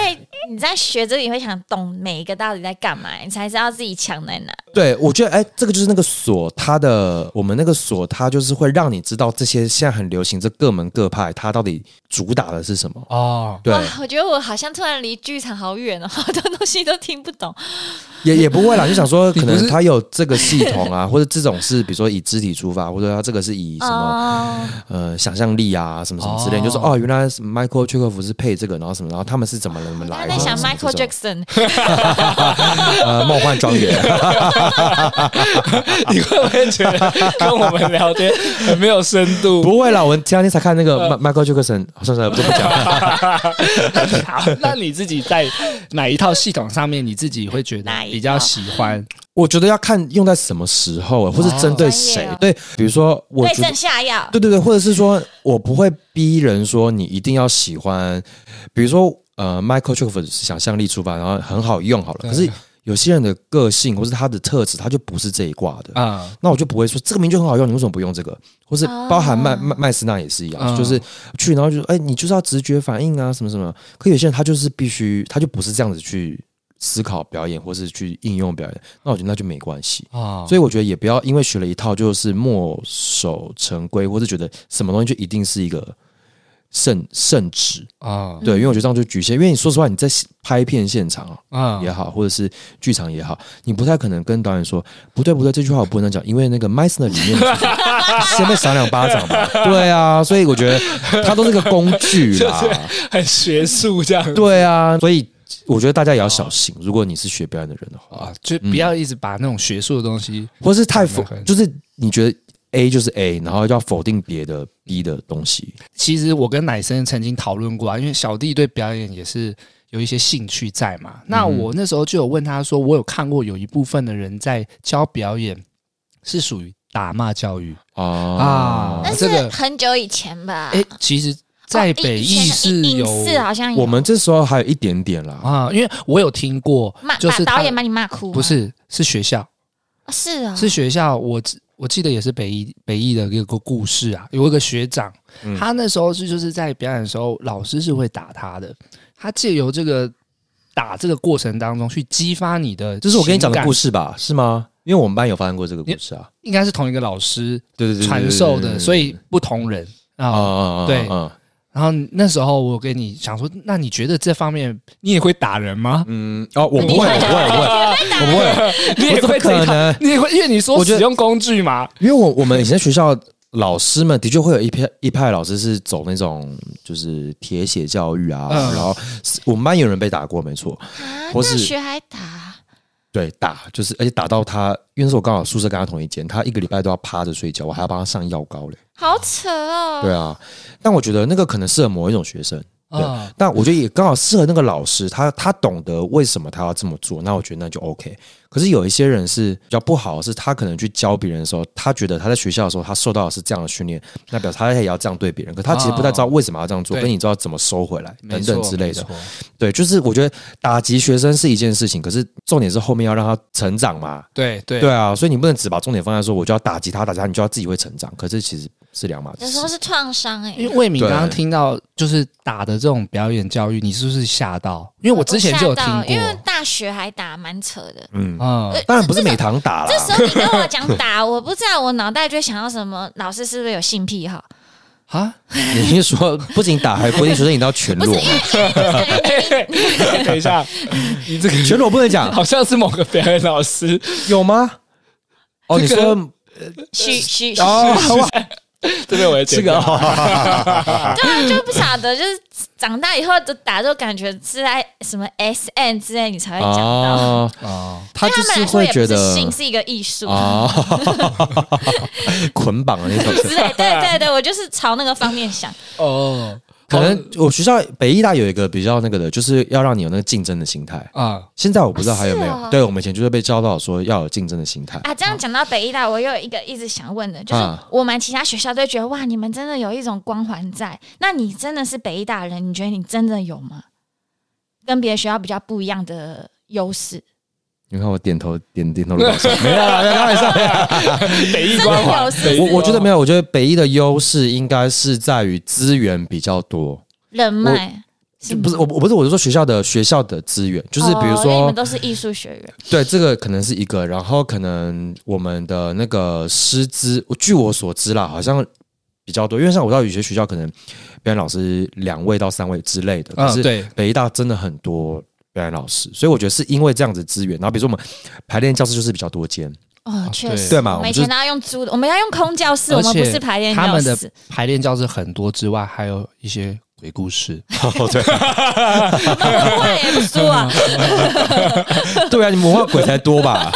S3: 你在学这个，你会想懂每一个到底在干嘛，你才知道自己强在哪。
S1: 对，我觉得哎，这个就是那个锁，它的我们那个锁，它就是会让你知道这些现在很流行这各门各派，它到底主打的是什么。
S2: 哦，
S1: 对
S3: 哇，，我觉得我好像突然离剧场好远哦，好 [LAUGHS] 多东西都听不懂。
S1: 也也不会啦，就想说可
S2: [LAUGHS] 你不
S1: 能
S2: 是
S1: 他有这个系统啊，或者这种是比如说以肢体出发，或者他这个是以什么、
S3: 哦，
S1: 呃想象力啊什么什么之类，
S2: 哦
S1: 你就说哦，原来是 Michael c h e k o 是配这个，然后什么，然后他们是怎么怎么
S3: 我刚
S1: 来
S3: 刚
S1: 的？
S3: 在想
S1: 什么
S3: Michael
S1: 这种
S3: Jackson，
S1: 呃梦幻庄园， [LAUGHS]
S2: 你会不会觉得跟我们聊天很没有深度？
S1: 不会啦，我前两天才看那
S2: 嗯
S1: 个 Ma- Michael Jackson，算了，不不讲 [LAUGHS] 了。
S2: 好， [LAUGHS] 那你自己在哪一套系统上面，你自己会觉得
S3: 哪一套
S2: 比较喜欢？
S1: 我觉得要看用在什么时候，或是针对
S3: 专
S1: 谁
S3: 业哦。
S1: 对，比如说我
S3: 对
S1: 觉得
S3: 症下药。
S1: 对对对，或者是说我不会逼人说你一定要喜欢，比如说呃，Michael c h i k 是想象力出发，然后很好用好了。可是有些人的个性或是他的特质，他就不是这一挂的。
S2: 啊，
S1: 那我就不会说这个名就很好用，你为什么不用这个？或是包含麦麦麦斯纳也是一样，
S2: 嗯
S1: 就是去然后就说，哎、你就是要直觉反应啊，什么什么。可有些人他就是必须，他就不是这样子去思考表演，或是去应用表演。那我觉得那就没关系。
S2: 哦
S1: 所以我觉得也不要因为学了一套就是墨守成规，或是觉得什么东西就一定是一个圣圣旨，
S2: 啊
S1: 对，因为我觉得这样就局限。因为你说实话，你在拍片现场啊
S2: 啊
S1: 也好，或者是剧场也好，你不太可能跟导演说不对不对，这句话我不能讲，因为那个 Meisner 里面的先被赏两巴掌嘛。对啊，所以我觉得它都是个工具啦，
S2: [LAUGHS] 很学术这样。
S1: 对啊，所以我觉得大家也要小心，如果你是学表演的人的话。
S2: 啊，就不要一直把那种学术的东西，
S1: 或是太否
S2: 可能，
S1: 就是你觉得 A 就是 A，然后要否定别的 B 的东西。
S2: 其实我跟奶生曾经讨论过啊，因为小弟对表演也是有一些兴趣在嘛。那我那时候就有问他说，我有看过有一部分的人在教表演是属于打骂教育。
S1: 哦
S2: 啊
S3: 那
S2: 这
S3: 是
S2: 个
S3: 很久以前吧？
S2: 哎、其实，在
S3: 啊哦
S2: 北
S3: 以
S2: 艺
S3: 以前
S2: 是
S3: 影
S2: 有
S3: 视啊好像有
S1: 我们这时候还有一点点啦，
S2: 啊，因为我有听过
S3: 骂，
S2: 就是
S3: 把
S2: 他
S3: 导演把你骂哭吗，
S2: 不是是学校。
S3: 啊是啊，
S2: 是学校，我记我记得也是北艺北艺的一个故事啊，有一个学长，
S1: 嗯
S2: 他那时候是就是在表演的时候，老师是会打他的，他借由这个打这个过程当中去激发你的，
S1: 这是我跟你讲的故
S2: 事，
S1: 事吧？是吗？因为我们班有发生过这个故事啊，
S2: 应该是同一个老师
S1: 对对对，
S2: 传授的，所以不同人
S1: 啊
S2: 啊。
S1: 啊
S2: 对
S1: 啊，
S2: 然后那时候我跟你想说，那你觉得这方面你也会打人吗？
S1: 嗯，哦，我不
S3: 你
S1: 会，我不会，
S3: 会打人
S1: 我不会，我不会，
S2: 你也
S1: 我怎
S2: 会
S1: 么
S2: 这一
S1: 可
S2: 套，
S1: 能？
S2: 你也会，因为你说
S1: 我觉得
S2: 使用工具嘛，
S1: 因为我我们以前学校。老师们的确会有一派一派老师是走那种就是铁血教育啊，
S2: 嗯
S1: 然后我们班有人被打过，没错，
S3: 啊，
S1: 或是
S3: 大学还打，
S1: 对，打就是，而且打到他，因为那时候我刚好宿舍跟他同一间，他一个礼拜都要趴着睡觉，我还要帮他上药膏嘞。
S3: 好扯哦。
S1: 对啊，但我觉得那个可能适合某一种学生，对
S2: 啊，
S1: 但我觉得也刚好适合那个老师，他他懂得为什么他要这么做，那我觉得那就 OK。可是有一些人是比较不好，是他可能去教别人的时候，他觉得他在学校的时候，他受到的是这样的训练，那表示他也要这样对别人。可他其实不太知道为什么要这样做，
S2: 哦对
S1: 跟你知道怎么收回来
S2: 没
S1: 等
S2: 错
S1: 等之类
S2: 没
S1: 的。
S2: 错
S1: 对，就是我觉得打击学生是一件事情，可是重点是后面要让他成长嘛。
S2: 对对
S1: 对啊，所以你不能只把重点放在说我就要打击他，打击他，你就要自己会成长。可是其实是两码子
S3: 有
S1: 事
S3: 时。候是创伤哎、
S2: 因为魏敏
S1: 对
S2: 刚刚听到就是打的这种表演教育，你是不是吓到？因为我之前就有听
S3: 吓到因为
S2: 过，
S3: 大学还打蛮扯的。
S1: 嗯，
S2: 嗯，
S1: 当然不是每堂打啦
S3: 这。时候你跟我讲打，我不知道我脑袋就会想到什么，老师是不是有性癖好？
S2: 啊，
S1: [LAUGHS] 你是说不仅打，还规定学生你到全裸，
S2: 等一下，你这个
S1: 全 [LAUGHS] 裸不能讲
S2: 好像是某个表演老师，
S1: [LAUGHS] 有吗？哦，你
S2: 这个
S1: 说
S3: 许许许，
S1: 哦，
S2: 这边我也
S1: 这个哦
S3: 对啊，就不晓得，就是长大以后就打，就感觉是在什么 S N 之类，你才会讲到。
S1: 哦，
S2: 哦，
S1: 他就
S3: 对们
S1: 是
S3: 来说
S1: 会
S3: 也不
S1: 觉
S3: 是
S1: 得
S3: 性是一个艺
S1: [LAUGHS]
S3: 术。
S1: 哦，捆绑的啊那种。
S3: 之类，对对对，我就是朝那个方面想。
S2: 哦，
S1: [LAUGHS] 可能我学校北医大有一个比较那个的，就是要让你有那个竞争的心态。
S2: 啊，
S1: 现在我不知道还有没有，
S3: 是哦
S1: 对我们以前就是被教导说要有竞争的心态。
S3: 啊，这样讲到北医大，我又有一个一直想问的，就是
S1: 啊
S3: 我们其他学校都会觉得哇，你们真的有一种光环在。那你真的是北医大人，你觉得你真的有吗？跟别的学校比较不一样的优势，
S1: 你看我点头点点头如捣蒜，没有啦，没有开玩笑。
S2: 北艺
S3: 真
S2: 光
S3: 的
S2: 环，
S3: 有是
S1: 我我觉得没
S2: 有
S1: 有，我觉得北医的优势应该是在于资源比较多，
S3: 人脉是
S1: 就
S3: 吗
S1: 不是我我不是我是说学校的学校的资源，就是比如
S3: 哦因为你
S1: 说、
S3: 们都是艺术学院，
S1: 对这个可能是一个，然后可能我们的那个师资，据我所知啦，好像比较多，因为像我到有些学校可能表演老师两位到三位之类的，可
S2: 啊，
S1: 是
S2: 对，
S1: 北医大真的很多表演老师，所以我觉得是因为这样子资源，然后比如说我们排练教室就是比较多
S2: [LAUGHS]
S1: 间，
S3: 哦，确实，
S1: 啊对嘛我
S3: 我
S1: 们
S3: 们以
S1: 就
S3: 前都要用租的，我们要用空教室，我
S2: 而
S3: 们
S2: 且
S3: 不是排练
S2: 他
S3: 教
S2: 们的
S3: 室。
S2: 排练教室很多之外，还有一些鬼故事，
S3: [LAUGHS] 我们文化也不输
S1: [LAUGHS]
S3: 啊，
S1: 对啊，你魔化鬼才多 [LAUGHS] 吧？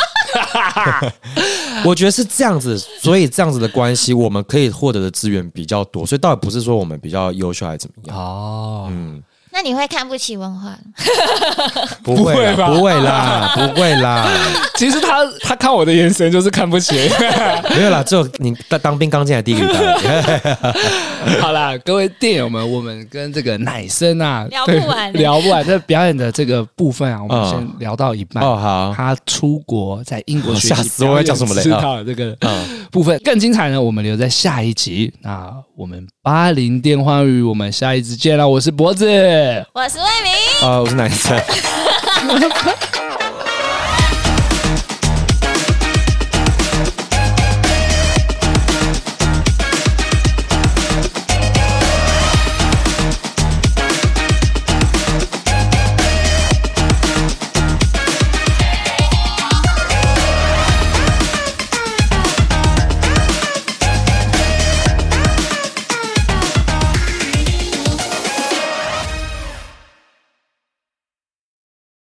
S1: 我觉得是这样子，所以这样子的关系，我们可以获得的资源比较多，所以倒也不是说我们比较优秀还是怎么样。
S2: 哦，
S1: 嗯，
S3: 那你会看不起文化？
S1: 不会
S2: 会
S1: 啦，
S2: 吧
S1: 不会啦，不会啦，
S2: 其实他他看我的眼神就是看不起。
S1: 没有啦，只有你当当兵刚进来第一个礼拜，
S2: [LAUGHS] 好啦，各位电友们，我们跟这个奶生啊
S3: 聊不完
S2: 对聊不完。这表演的这个部分啊，我们
S1: 嗯
S2: 先聊到
S1: [LAUGHS]
S2: 一半。
S1: 哦好，哦
S2: 他出国在英国学习，
S1: 吓死我要讲什么嘞
S2: 知道这个
S1: 嗯，
S2: 部分更精彩呢，我们留在下一集。那我们八零电话语，我们下一集见啦！我是脖子，
S1: 呃
S3: 我是魏明。
S1: 啊，我是男生。